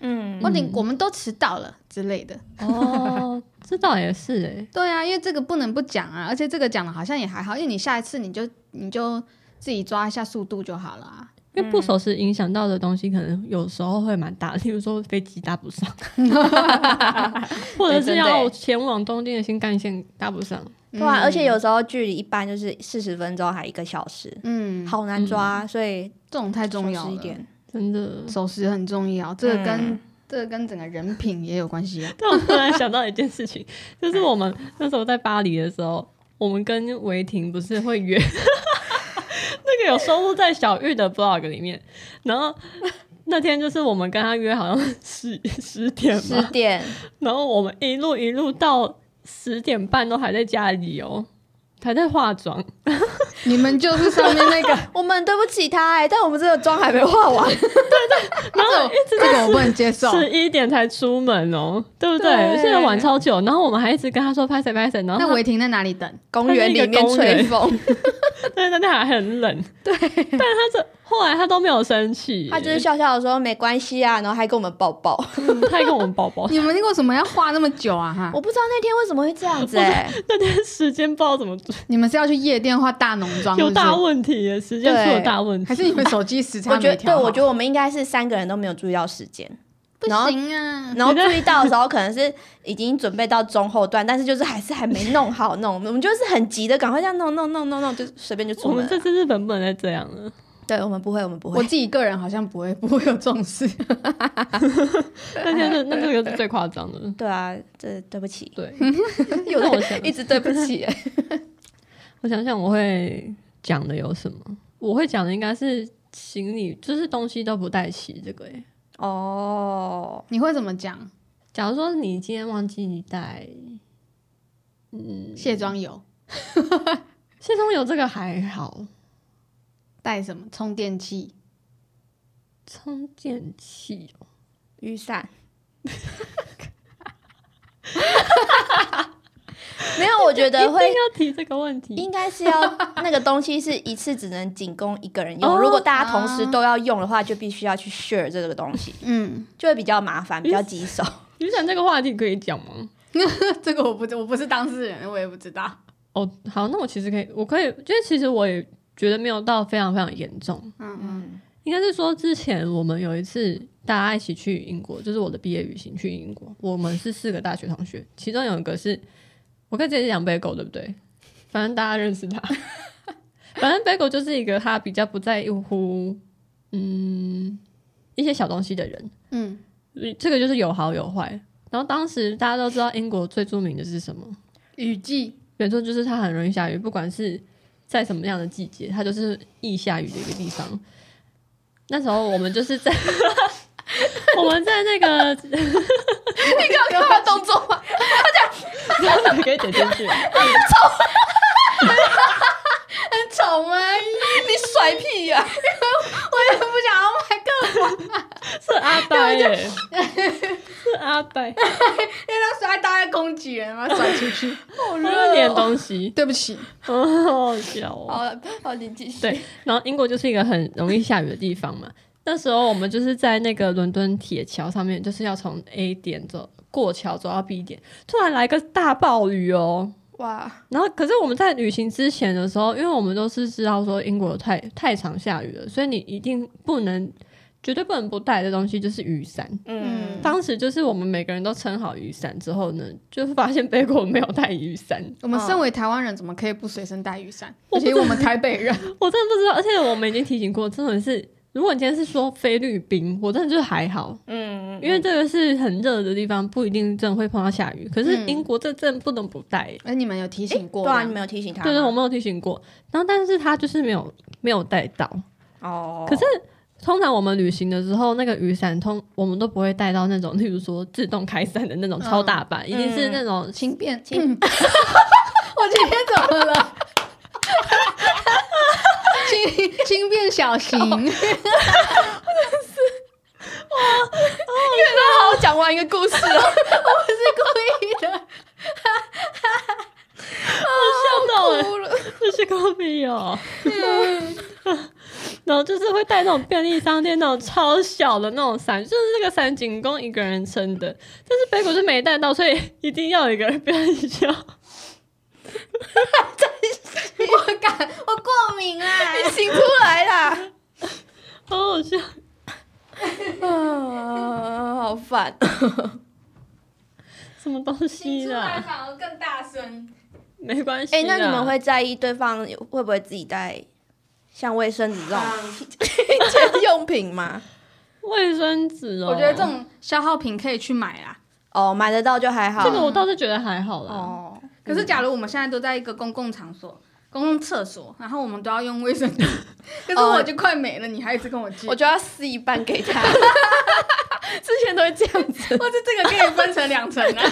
B: 嗯，
C: 我领我们都迟到了之类的。
A: 哦，这倒也是
B: 嗯
A: 哎、
C: 对啊，因为这个不能不讲啊，而且这个讲了好像也还好，因为你下一次你就你就自己抓一下速度就好了啊。
A: 因为不守时影响到的东西，可能有时候会蛮大，例如说飞机搭不 上，或者
B: 哎真
A: 是
B: 的
A: 要
B: 哎
A: 前往东京的新干线搭不上。
B: 对啊，而且有时候距离一般就是四十分钟还一个小时，
C: 嗯，
B: 好难抓，所以
C: 这种太重
B: 小
C: 要
B: 时一
C: 了，
B: 点。
A: 真的，
C: 守时很重要，这个跟、
B: 嗯
C: 这个跟整个人品也有关系啊。
A: 但我突然想到一件事情，就是我们那时候在巴黎的时候，我们跟维婷不是会约， 那个有收录在小玉的 blog 里面。然后那天就是我们跟他约，好像十十点
B: 十
A: 嘛，
B: 点，
A: 然后我们一路一路到十点半都还在家里哦，还在化妆。
C: 你们就是上面那 个，
B: 我们对不起他哎，但我们这个妆还没化 完。
C: 然后这个我不能接受。
A: 十一点才出门哦，对不对？
B: 对
A: 现在晚超久，然后我们还一直跟他说拍谁拍谁，然后
C: 那
A: 他
C: 韦婷在哪里等？
B: 公园里面吹风，
A: 对，那天还很冷，对，但他这后来他都没有生气耶，
B: 他就是笑笑的说没关系啊，然后还跟我们抱
C: ，
B: 抱。
A: 嗯 他还跟我们抱抱
C: 你们为什么要画那么久啊？哈，
B: 我不知道那天为什么会这样子哎，
A: 那天时间不知道怎么
C: 你们是要去夜店化大浓妆是不
A: 有
C: 是，
A: 大问题耶，时间出了
B: 对
A: 大问题
C: 还，是你们手机时
B: 我
C: 差
B: 觉
C: 没
B: 得对，
C: 调好？
B: 我觉得我们应该是三个人都没有注意到时间。
C: 不
B: 然后
C: 行啊。
B: 然后注意到的时 候，可能是已经准备到中后段，但是就是还是还没弄好弄，我们就是很急的，赶快这样弄弄弄弄弄，就随便就出
A: 我
B: 门
A: 们
B: 了。
A: 这次日本不能再这样了，
B: 对我们不会，我们不
C: 我
B: 会。
C: 自己个人好像不会不会有这种事，
A: 那天是那这个是最夸张的，
B: 对啊，这对不起，
A: 对，
B: 嗯有
A: 那我
B: 的
A: 想
B: 一直对不起。哎
A: 我想想我会讲的有什么，我会讲的应该是行李，就是东西都不带齐这个欸耶。
B: 哦，
C: 你会怎么讲？
A: 假如说你今天忘记你带
C: 卸妆油
A: 卸妆油，这个还好，
C: 带什么？充电器？
A: 充电器哦
B: 雨伞。没有，我觉得
A: 一定
B: 会
A: 要提这个问题。
B: 应该是要那个东西是一次只能仅供一个人用，
A: 哦
B: 如果大家同时都要用的话，就必须要去 share 这个东西，
C: 嗯，
B: 就会比较麻烦，比较棘手。
A: 雨伞这个话题可以讲吗？
C: 这个我不我不是当事人，我也不知道。
A: 哦，好，那我其实可以，我可以，因为其实我也觉得没有到非常非常严重，
C: 嗯，
B: 嗯，
A: 应该是说之前我们有一次大家一起去英国，就是我的毕业旅行去英国，我们是四个大学同学，其中有一个是，我可以直接讲 Bagel 对不对？反正大家认识他， 反正 Bagel 就是一个他比较不在乎嗯一些小东西的人，
C: 嗯
A: 这个就是有好有坏。然后当时大家都知道英国最著名的是什么？
C: 雨季
A: 没错，就是它很容易下雨，不管是在什么样的季节，它 就是易下雨的一个地方。那时候我们就是在，我们在那个
C: 你看有他的动作吗？
A: 可以剪进去，
C: 很 丑吗？你甩屁呀、我也不想要麦克风，
A: 是阿呆耶，是阿呆，
C: 因为他实在大概攻击人嘛，甩出 去。
A: 我是点东西，
C: 对不起，
A: 哦好好笑哦。
B: 好好，你继续。
A: 对，然后英国就是一个很容易下雨的地方嘛。那时候我们就是在那个伦敦铁桥上面，就是要从 A 点走过桥走到 B 点，突然来个大暴雨哦。
B: 哇，
A: 然后，可是我们在旅行之前的时候，因为我们都是知道说英国太太常下雨了，所以你一定不能，绝对不能不带的东西就是雨伞。
B: 嗯，
A: 当时就是我们每个人都撑好雨伞之后呢，就发现背包没有带雨伞，
C: 我们身为台湾人，怎么可以不随身带雨伞？而哦且我们台北人，
A: 我真的不知道。而且我们已经提醒过，真的是，如果你今天是说菲律宾，我真的就还好，
B: 嗯，
A: 因为这个是很热的地方，不一定真的会碰到下雨。可是英国这真的不能不带、欸，
C: 哎而你们有提醒过
B: 对
C: 吗？
B: 啊，你没有提醒他吗，
A: 对对，我没有提醒过。然后，但是他就是没有没有带到。
B: 哦，
A: 可是通常我们旅行的时候，那个雨伞通我们都不会带到那种，例如说自动开伞的那种超大版，一定是那种
C: 轻便轻。我今天怎么了？ 轻轻便小 型，
B: 好好讲完一个故事哦，
C: 不是故 意的。
A: 笑欸到了，这 是高逼哦。然后就是会带那种便利商店那种超小的那种伞，就是那个伞仅供一个人撑的，但是北谷是没带到，所以一定要有一个人不要 笑。
C: 我敢，我过敏啊！
B: 你醒出来啦，
A: 好好笑，
B: 啊，好烦。
A: 什么东西啦？
C: 反而更大声。
A: 没关系。
B: 哎，那你们？会在意对方有会不会自己带像卫生纸这 种日用品吗？
A: 卫生纸哦，
C: 我觉得这种消耗品可以去买啦。
B: 哦，买得到就还好。
A: 这个我倒是觉得还好啦。
C: 哦，可是假如我们现在都在一个公共场所、公共厕所，然后我们都要用卫生 纸，可是我就快没了，你还一直跟哦我借，
B: 我就要撕一半给他。 之前都会这样子。
C: 或者这个可以分成两层 啊。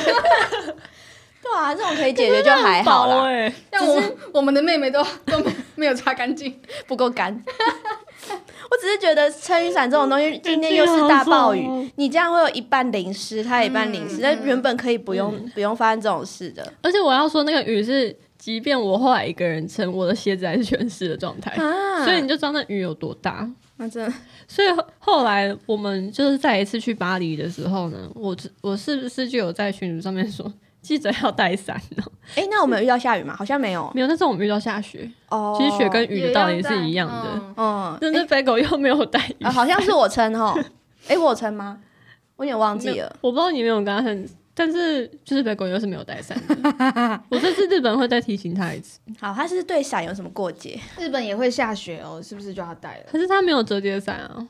B: 对啊，这种可以解决就还好
A: 薄
B: 啦，
A: 哎、
C: 但我我们的妹妹都 都没没有擦干净，
B: 不够干。 我只是觉得撑雨伞这种东 西，今天又是大暴
A: 天气好
B: 雨，你这样会有一半淋湿，它有一半淋湿，
C: 嗯
B: 但原本可以不用不用发生这种事的。
A: 而且我要说，那个雨是，即便我后来一个人撑，我的鞋子还是全湿的状态，
B: 啊
A: 所以你就知道那雨有多大。
B: 那真的
A: 所以后后来我们就是再一次去巴黎的时候呢，我只我是不是就有在群组上面说，记得要带伞呢？
B: 哎、那我们有遇到下雨吗？好像没有
A: 没有，那时候我们遇到下雪，
B: 哦。
A: 其实雪跟雨
C: 也
A: 的道理是一样
C: 要带
A: 的。
C: 嗯
B: 嗯、
A: 但是飞狗又没有带雨
B: 啊，
A: 伞，
B: 好像是我撑 哦。哎、我有撑吗？我有点忘记了。
A: 我不知道你有没有跟他很，但是就是北狗又是没有带伞的。我这次日本会再提醒他一次，
B: 好，他是对伞有什么过节？
C: 日本也会下雪哦，是不是就要带了？
A: 可是他没有折叠伞啊。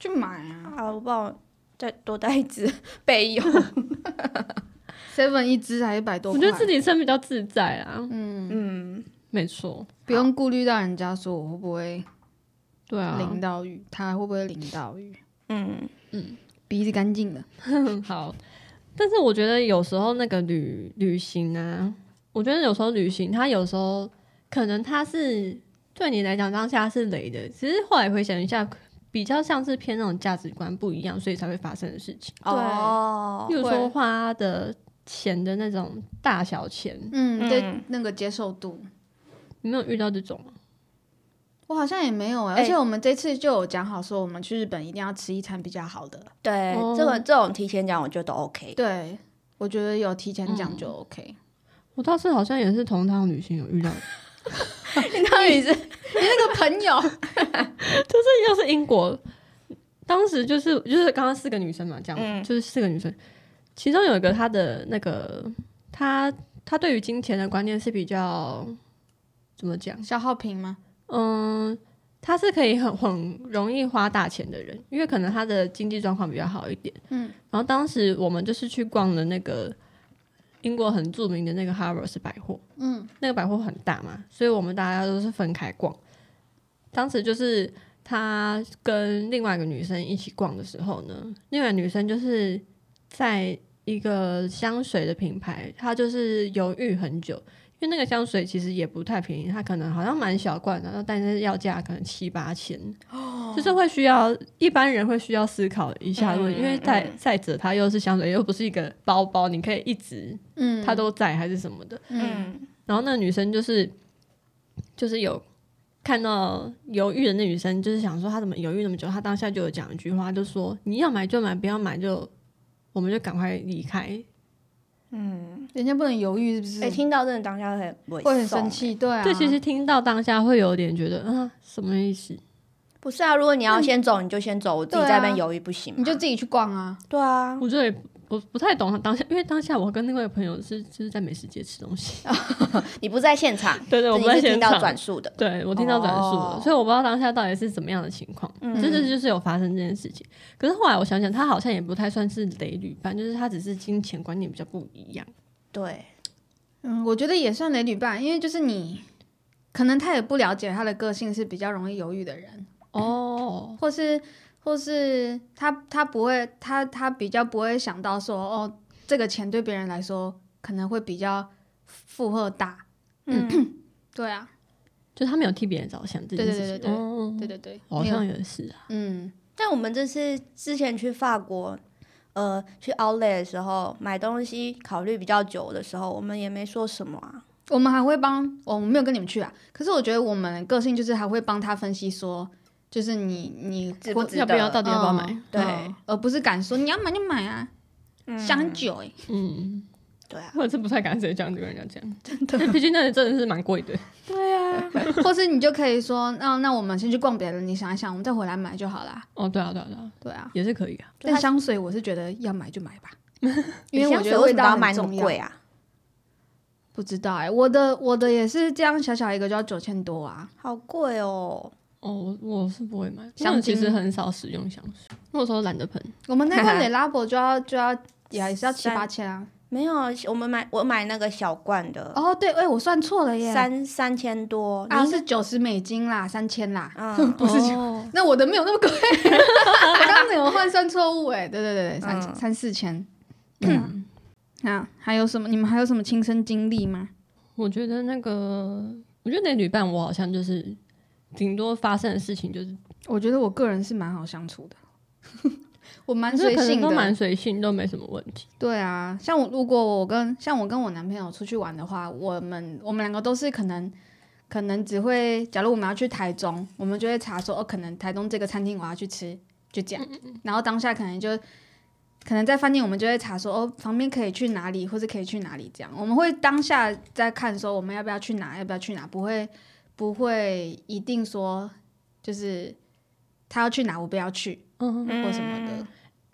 C: 去买啊
B: 好，我帮我再多带一 支备用。
C: ，seven 一支还一百多
A: 我
C: 块，
A: 觉得自己撑比较自在啊，
C: 嗯，
B: 嗯，
A: 没错，
C: 不用顾虑到人家说我会不会
A: 对啊，
C: 淋到雨，他会不会淋到雨，
B: 嗯，
C: 鼻子干净的，
A: 好。但是我觉得有时候那个旅旅行啊，我觉得有时候旅行，它有时候可能它是对你来讲当下是雷的，其实后来回想一下，比较像是偏那种价值观不一样，所以才会发生的事情。
C: 对
B: 哦
A: 例，如
C: 会
A: 说花的钱的那种大小钱，
C: 嗯，对
B: 嗯，
C: 那个接受度。
A: 你没有遇到这种吗？
C: 我好像也没有哎、
B: 哎
C: 而且我们这次就有讲好说，我们去日本一定要吃一餐比较好的。
B: 对，
A: 哦
B: 这个这种提前讲我觉得都 OK。
C: 对，我觉得有提前讲就 OK。
A: 我倒是好像也是同趟旅行有遇到，
B: 你到底是
C: 你那个朋友，
A: 就是又是英国，当时就是就是刚刚四个女生嘛，这样、
B: 嗯
A: 就是四个女生，其中有一个她的那个她她对于金钱的观念是比较怎么讲？
C: 消耗品吗？
A: 嗯，她是可以很很容易花大钱的人，因为可能她的经济状况比较好一点。
C: 嗯，
A: 然后当时我们就是去逛了那个英国很著名的那个 Harrods 百货，
C: 嗯，
A: 那个百货很大嘛，所以我们大家都是分开逛。当时就是他跟另外一个女生一起逛的时候呢，另外一个女生就是在一个香水的品牌，她就是犹豫很久，因为那个香水其实也不太便宜，它可能好像蛮小罐的，然后但是要价可能七八千，就是会需要一般人会需要思考一下论，
B: 哦嗯
A: 因为再再者它又是香水，又不是一个包包，你可以一直
C: 嗯，
A: 它都在还是什么的，
C: 嗯
A: 然后那个女生就是就是有看到犹豫的那女生，就是想说她怎么犹豫那么久，她当下就有讲一句话，就说你要买就买，不要买就我们就赶快离开。
B: 嗯，
C: 人家不能犹豫，是不是？
B: 哎、听到真的当下很
C: 会
B: 会
C: 很生，气，对啊。
A: 对，其实听到当下会有点觉得啊，什么意思？
B: 不是啊？如果你要先走，你就先走，我自己
C: 对啊
B: 在那边犹豫不行吗？
C: 你就自己去逛啊。
B: 对啊，
A: 我这也不不太懂她当下，因为当下我跟另外一个朋友是就是在美食街吃东西，
B: 你不在现场，
A: 哦对对，我
B: 你
A: 们在
B: 是
A: 现
B: 听到
A: 场
B: 转述的。
A: 对我听到转述了，
B: 哦
A: 所以我不知道当下到底是怎么样的情况，
B: 嗯
A: 就是就是有发生这件事情。可是后来我想想，他好像也不太算是雷旅伴，就是他只是金钱观念比较不一样。
B: 对，
C: 嗯，我觉得也算雷旅伴，因为就是你，可能他也不了解他的个性是比较容易犹豫的人，
A: 哦，
C: 或是或是他他不会他他比较不会想到说哦，这个钱对别人来说可能会比较负荷大。
B: 嗯，
C: 对啊，
A: 就他没有替别人着想这件事情。
C: 对对对对
A: 哦
C: 对对对，
A: 好
C: 没有
A: 像也是啊。
C: 嗯，
B: 但我们这次之前去法国，呃，去 Outlet 的时候买东西，考虑比较久的时候，我们也没说什么啊。
C: 我们还会帮，我们没有跟你们去啊。可是我觉得我们个性就是还会帮他分析说，就是你你
B: 值不值
A: 要不要
B: 得
A: 到底要不要买？
C: 嗯
B: 对
C: 嗯而不是敢说你要买就买啊，
B: 嗯
C: 想很久哎、
A: 嗯，
B: 对啊，
A: 我是不太敢直接这样子跟人家讲，真的，毕竟那真的是蛮贵的。
B: 对啊，
C: 或是你就可以说，那那我们先去逛别的，你想一想，我们再回来买就好啦。
A: 哦，对啊，对啊，对啊，
C: 对啊，
A: 也是可以啊。
B: 就
C: 但
B: 它
C: 香水我是觉得要买就买吧，
B: 你
C: 因为我
B: 香水
C: 觉得
B: 为
C: 味
B: 什么
C: 道
B: 要买那
C: 很重
B: 么
C: 要
B: 贵。啊？
C: 不知道哎、我的我的也是这样，小小一个就要九千多啊。
B: 好贵哦！
A: 哦，我我是不会买，
C: 香
A: 香其
C: 精
A: 实很少使用香水，那时候懒得喷。
C: 我们那罐蕾拉伯就 要就要也是要七八千啊。
B: 没有，我们买我买那个小罐的，
C: 哦，对，哎、我算错了耶，
B: 三三千多，
C: 啊
B: 你
C: 是哦九十美金啦，三千啦。
B: 嗯，
A: 不是，
C: 那我的没有那么 贵，我刚刚有换算错误哎，对对对对，三、
B: 嗯
C: 三四千。嗯，啊，还有什么？你们还有什么亲身经历吗？
A: 我觉得那个，我觉得那旅伴我好像就是顶多发生的事情就是，
C: 我觉得我个人是蛮好相处的， 我蛮
A: 就是
C: 随
A: 可能
C: 性
A: 都蛮
C: 的。
A: 随性，都没什么问题。
C: 对啊，像我如果我跟像我跟我男朋友出去玩的话，我们我们两个都是可能可能只会，假如我们要去台中，我们就会查说哦，可能台中这个餐厅我要去吃，就
A: 嗯
C: 这样。然后当下可能就可能在饭店，我们就会查说哦，旁边可以去哪里，或是可以去哪里这样。我们会当下在看说我们要不要去哪，要不要去哪，不会不会一定说就是他要去哪，我不要去。
A: 嗯，
C: 或什么的，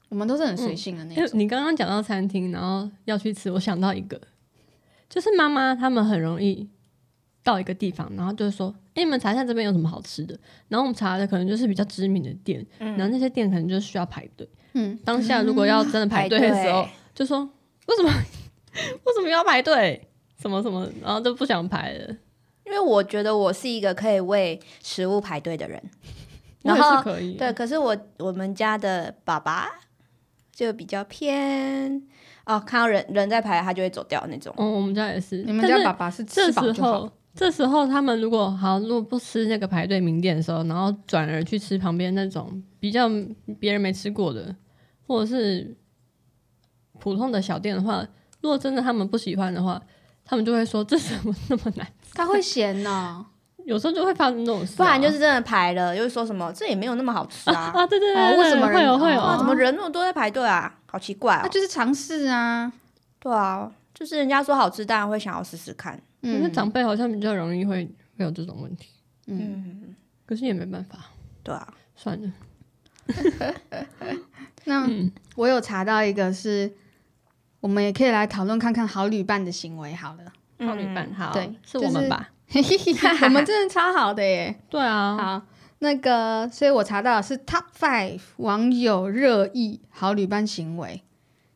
C: 我们都是很随性的那
A: 因为
C: 种。
A: 你刚刚讲到餐厅，然后要去吃，我想到一个，就是妈妈他们很容易到一个地方，然后就说：“哎、你们查一下这边有什么好吃的。”然后我们查的可能就是比较知名的店，
B: 嗯
A: 然后那些店可能就需要排队。
C: 嗯，
A: 当下如果要
B: 嗯
A: 真的排队
B: 哎
A: 的时候，就说：“ 为什么为什么要排队？什么什么？”然后就不想排了。
B: 因为我觉得我是一个可以为食物排队的人，
A: 我
B: 然
A: 也是
B: 后
A: 可以，
B: 对，，可是我我们家的爸爸就比较偏哦，看到人人在排，他就会走掉那种。
A: 嗯，我们家也是。
C: 你们
A: 但
C: 家
A: 是
C: 爸爸是
A: 这
C: 吃饱
A: 时
C: 就好
A: 候，这时候他们如果好，如果不吃那个排队名店的时候，然后转而去吃旁边那种比较别人没吃过的，或者是普通的小店的话，如果真的他们不喜欢的话，他们就会说这怎么那么难？
C: 他会哦咸 呢。
A: 有时候就会发生这种事啊、
B: 不然就是真的排了，又说什么这也没有那么好吃啊，
A: 啊，对对
C: 哦
A: 对，
C: 为什么人
A: 会有会有？啊
B: 哇，
C: 哦
B: 怎么人那么多在排队啊？好奇怪
C: 那
B: 哦。
C: 就是尝试啊。
B: 对啊，就是人家说好吃，当然会想要试试看。
A: 可是
C: 嗯，
A: 长辈好像比较容易会会有这种问题，
C: 嗯，
B: 嗯，
A: 可是也没办法，
B: 对啊，
A: 算了。
C: 那我有查到一个是，我们也可以来讨论看看好旅伴的行为好了。
B: 嗯
A: 好旅伴，好，
C: 对
A: 是
C: 就
A: 我们
C: 是
A: 吧？
C: 我们真的超好的耶。
A: 对啊，
C: 好，哦那个，所以我查到的是 Top Five 网友热议好旅伴行为。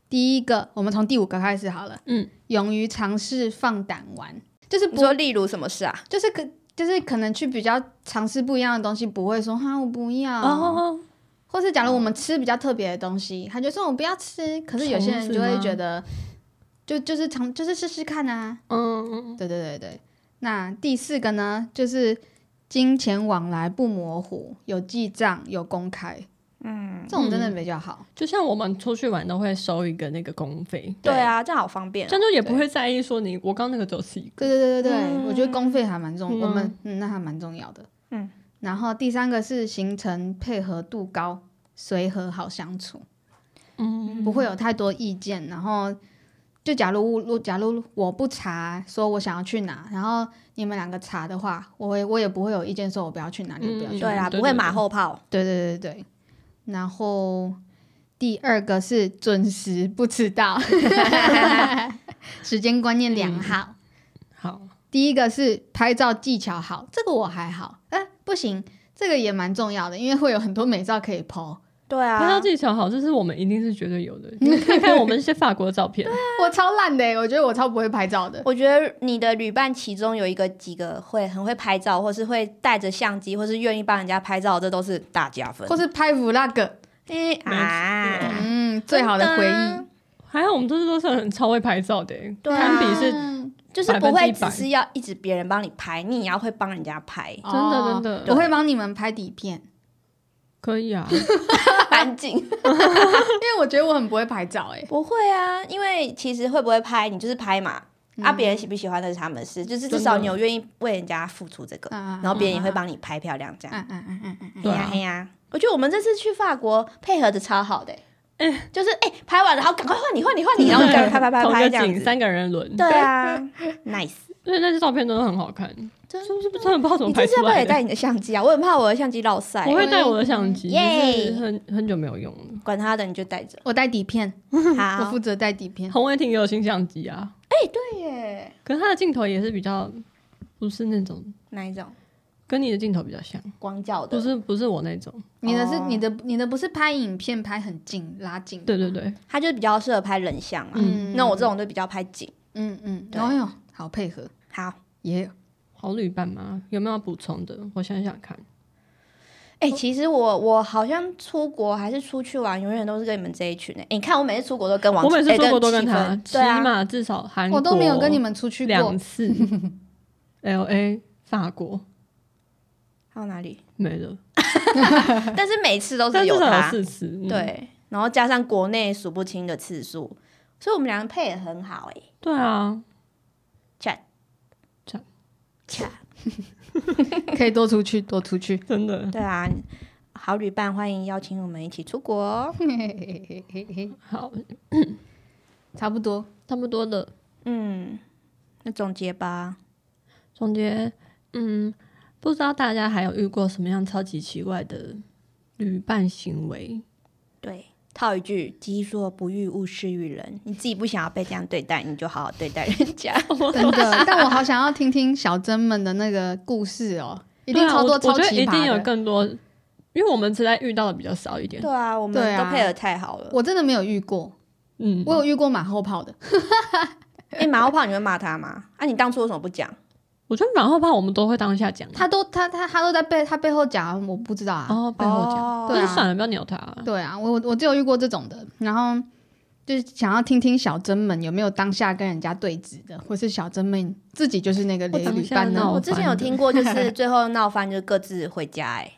C: 第一个，我们从第五个开始好了。
A: 嗯，
C: 勇于尝试放胆玩，就是
B: 你
C: 不
B: 说例如什么事啊？
C: 就是可就是可能去比较尝试不一样的东西，不会说哈我不
B: 啊
C: 要，
A: 哦，
C: 或是假如我
A: 嗯
C: 们吃比较特别的东西，他就说我不要吃，可是有些人
A: 虫子
C: 就会
A: 吗
C: 觉得就就是尝就是试试看啊，
A: 嗯，
C: 对对对对。那第四个呢，就是金钱往来不模糊，有记账，有公开，
B: 嗯，
C: 这种真的比较好。
A: 就像我们出去玩都会收一个那个公费，
B: 对啊，这样好方便
A: 这
B: 哦。
A: 样就也不会在意说你我刚那个只有吃一
C: 对
A: 个，
C: 对对对对，
B: 嗯
C: 我觉得公费还蛮重，
A: 嗯
C: 我们嗯那还蛮重要的。
B: 嗯，
C: 然后第三个是行程配合度高，随和好相处，
A: 嗯，
C: 不会有太多意见。然后就假如如假如我不查说我想要去哪，然后你们两个查的话，我也我也不会有意见说我不要去哪，你们不要去
A: 嗯
C: 哪。
B: 对啦，
A: 对
B: 不会
A: 对
B: 马
A: 对
B: 后炮。
C: 对对对对，然后第二个是准时不迟到，时间观念良好。
A: 好，
C: 第一个是拍照技巧好，这个我还好，哎、不行，这个也蛮重要的，因为会有很多美照可以 PO。
B: 对啊，
A: 拍照技巧好，这是我们一定是绝对有的。你看 看我们一些法国的照 片，
C: 我超烂的、欸我觉得我超不会拍照的。
B: 我觉得你的旅伴其中有一个几个会很会拍照，或是会带着相机，或是愿意帮人家拍照，这都是大加分
C: 或。是拍 vlog，
B: 哎、
A: 没
B: 啊，
C: 嗯，最好的回
B: 真
C: 忆
B: 的，啊
A: 还好我们这次都是很超会拍照的，欸
B: 对啊
A: 堪比是
B: 就是不会
A: 100%
B: 只是要一直别人帮你拍，你也要会帮人家 拍，
A: 真的真的
C: 哦我会帮你们拍底 片，
A: 可以啊，
B: 安静。
C: 因为我觉得我很不会拍照、哎，
B: 不会啊，因为其实会不会拍，你就是拍嘛。
C: 嗯
B: 啊，别人喜不喜欢那是他们的事，就是至
A: 真
B: 少
A: 的
B: 你有愿意为人家付出这个，
C: 啊
B: 然后别人也会帮你拍漂亮这样。
C: 嗯嗯嗯嗯嗯嗯，。
A: 对
B: 哎呀
A: 啊
B: 哎呀，我觉得我们这次去法国配合的超好的、欸
A: 嗯
B: 就是哎、拍完了，好赶快换你换你换你，然 后赶快拍拍拍
A: 同
B: 拍
A: 一
B: 这
A: 个
B: 样
A: 景
B: 子。
A: 三个人轮，
B: 对啊，nice。
A: 所以那些照片都很好看，
B: 真的
A: 是不是真的不知道怎么
B: 你
A: 拍
B: 这次
A: 出
B: 要不要
A: 来
B: 也
A: 的？
B: 带你的相机啊？我很怕我的相机落塞
A: 我，会带我的相机，
B: 耶
A: 就是很很久没有用了。
B: 管他的，你就带着
C: 我带底片，我
B: 好哎
C: 负，责带底片。
A: 红伟霆也有新相机啊，
B: 对耶，
A: 可是他的镜头也是比较不是那种
B: 哪一种？
A: 跟你的镜头比较像，
B: 光照
A: 不
B: 的。
A: 是不是我那种。
C: 你的是
B: 哦
C: 你的你的不是拍影片拍很近拉近，
A: 对对对，
B: 他就是比较适合拍人像嘛。
C: 嗯
B: 那我这种就比较拍景。
C: 嗯嗯，
B: 对
C: 然后哟好配合
B: 好，
C: 也
A: 好旅伴吗？有没有要补充的？我想想看。
B: 哎、
A: 哦
B: 其实我我好像出国还是出去玩，永远都是跟你们这一群呢、哎你看我每次出国都跟王
A: 我
B: 子，
A: 每次
B: 哎
A: 出国都跟
B: 齐
A: 他，
B: 芬
A: 起
B: 对啊，
A: 码至少韩国
C: 我都没有跟你们出去过
A: 哦两，次，L A 法国
B: 还有哪里？
A: 没了，
B: 但是每次都
A: 但
B: 是
A: 至少有
B: 他，
A: 四次。嗯
B: 对，然后加上国内数不清的次数，所以我们两个配也很好哎、
A: 对啊，
B: chat
A: Chat
B: chat，
C: 可以多出去多出去。
A: 真的
B: 对啊，好旅伴欢迎邀请我们一起出国哦。
A: 好，
C: 差不多，
A: 差不多的
B: 嗯，那总结吧，
A: 总结，嗯，不知道大家还有遇过什么样超级奇怪的旅伴行为？
B: 对，套一句：己所不欲，勿施于人。你自己不想要被这样对待，你就好好对待人家。
C: 真的。但我好想要听听小珍们的那个故事哦，一定
A: 对啊
C: 超多
A: 我
C: 超
A: 我觉得
C: 奇
A: 一定有
C: 葩的。
A: 更多，因为我们实在遇到的比较少一点。
B: 对啊，我
C: 对
B: 们都
C: 啊
B: 配合太好了。
C: 我真的没有遇过，
A: 嗯，
C: 我有遇过马后炮的，
B: 哎、马后炮你会骂他吗？啊，你当初为什么不讲？
A: 我觉得马后炮我们都会当下讲，啊
C: 他都他他他都在背他背后讲，我不知道啊。
A: 哦背后讲，
B: 哦
C: 对
A: 那
C: 啊
A: 就算了，不要鸟他。
C: 对啊，我我我只有遇过这种的，然后就是想要听听小珍们有没有当下跟人家对峙的，或是小珍们自己就是那个
A: 我
C: 雷
A: 当
C: 旅
A: 下
C: 伴
A: 闹
C: 呢
B: 我？之前有听过，就是最后闹翻就各自回家、哎，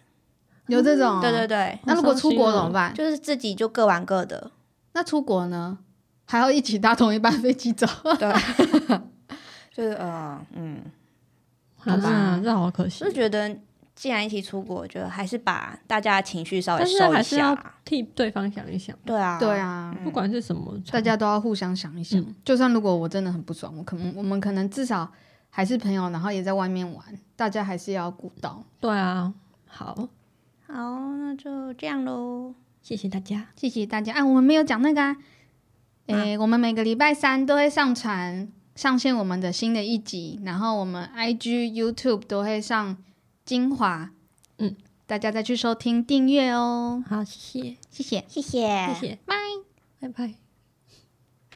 C: 有这种？啊
B: 对对。对，
C: 那如果出国怎么
A: 啊
C: 办？
B: 就是自己就各玩各的。
C: 那出国呢？还要一起搭同一班飞机走？
B: 对， 就是呃嗯，
A: 好
C: 好吧
A: 吧，啊这好可惜
B: 就。觉得既然一起出国，我觉得还是把大家的情绪稍微
A: 但是
B: 收
A: 还
B: 一
A: 是要
B: 下。啊
A: 替对方想一想，
B: 对啊，
C: 对，啊，
A: 不管是什么，
C: 大家都要互相想一想。就算如果我真的很不爽，我可能我们可能至少还是朋友，然后也在外面玩，大家还是要顾到。
A: 对啊。好，
B: 好，那就这样喽。
A: 谢谢大家。
C: 谢谢大家啊！我们没有讲那个啊，诶、我们每个礼拜三都会上传上线我们的新的一集，然后我们 IG、YouTube 都会上精华，
A: 嗯，
C: 大家再去收听订阅哦，
A: 好，谢谢，
C: 谢谢。
B: 谢谢，
A: 谢谢，拜拜拜。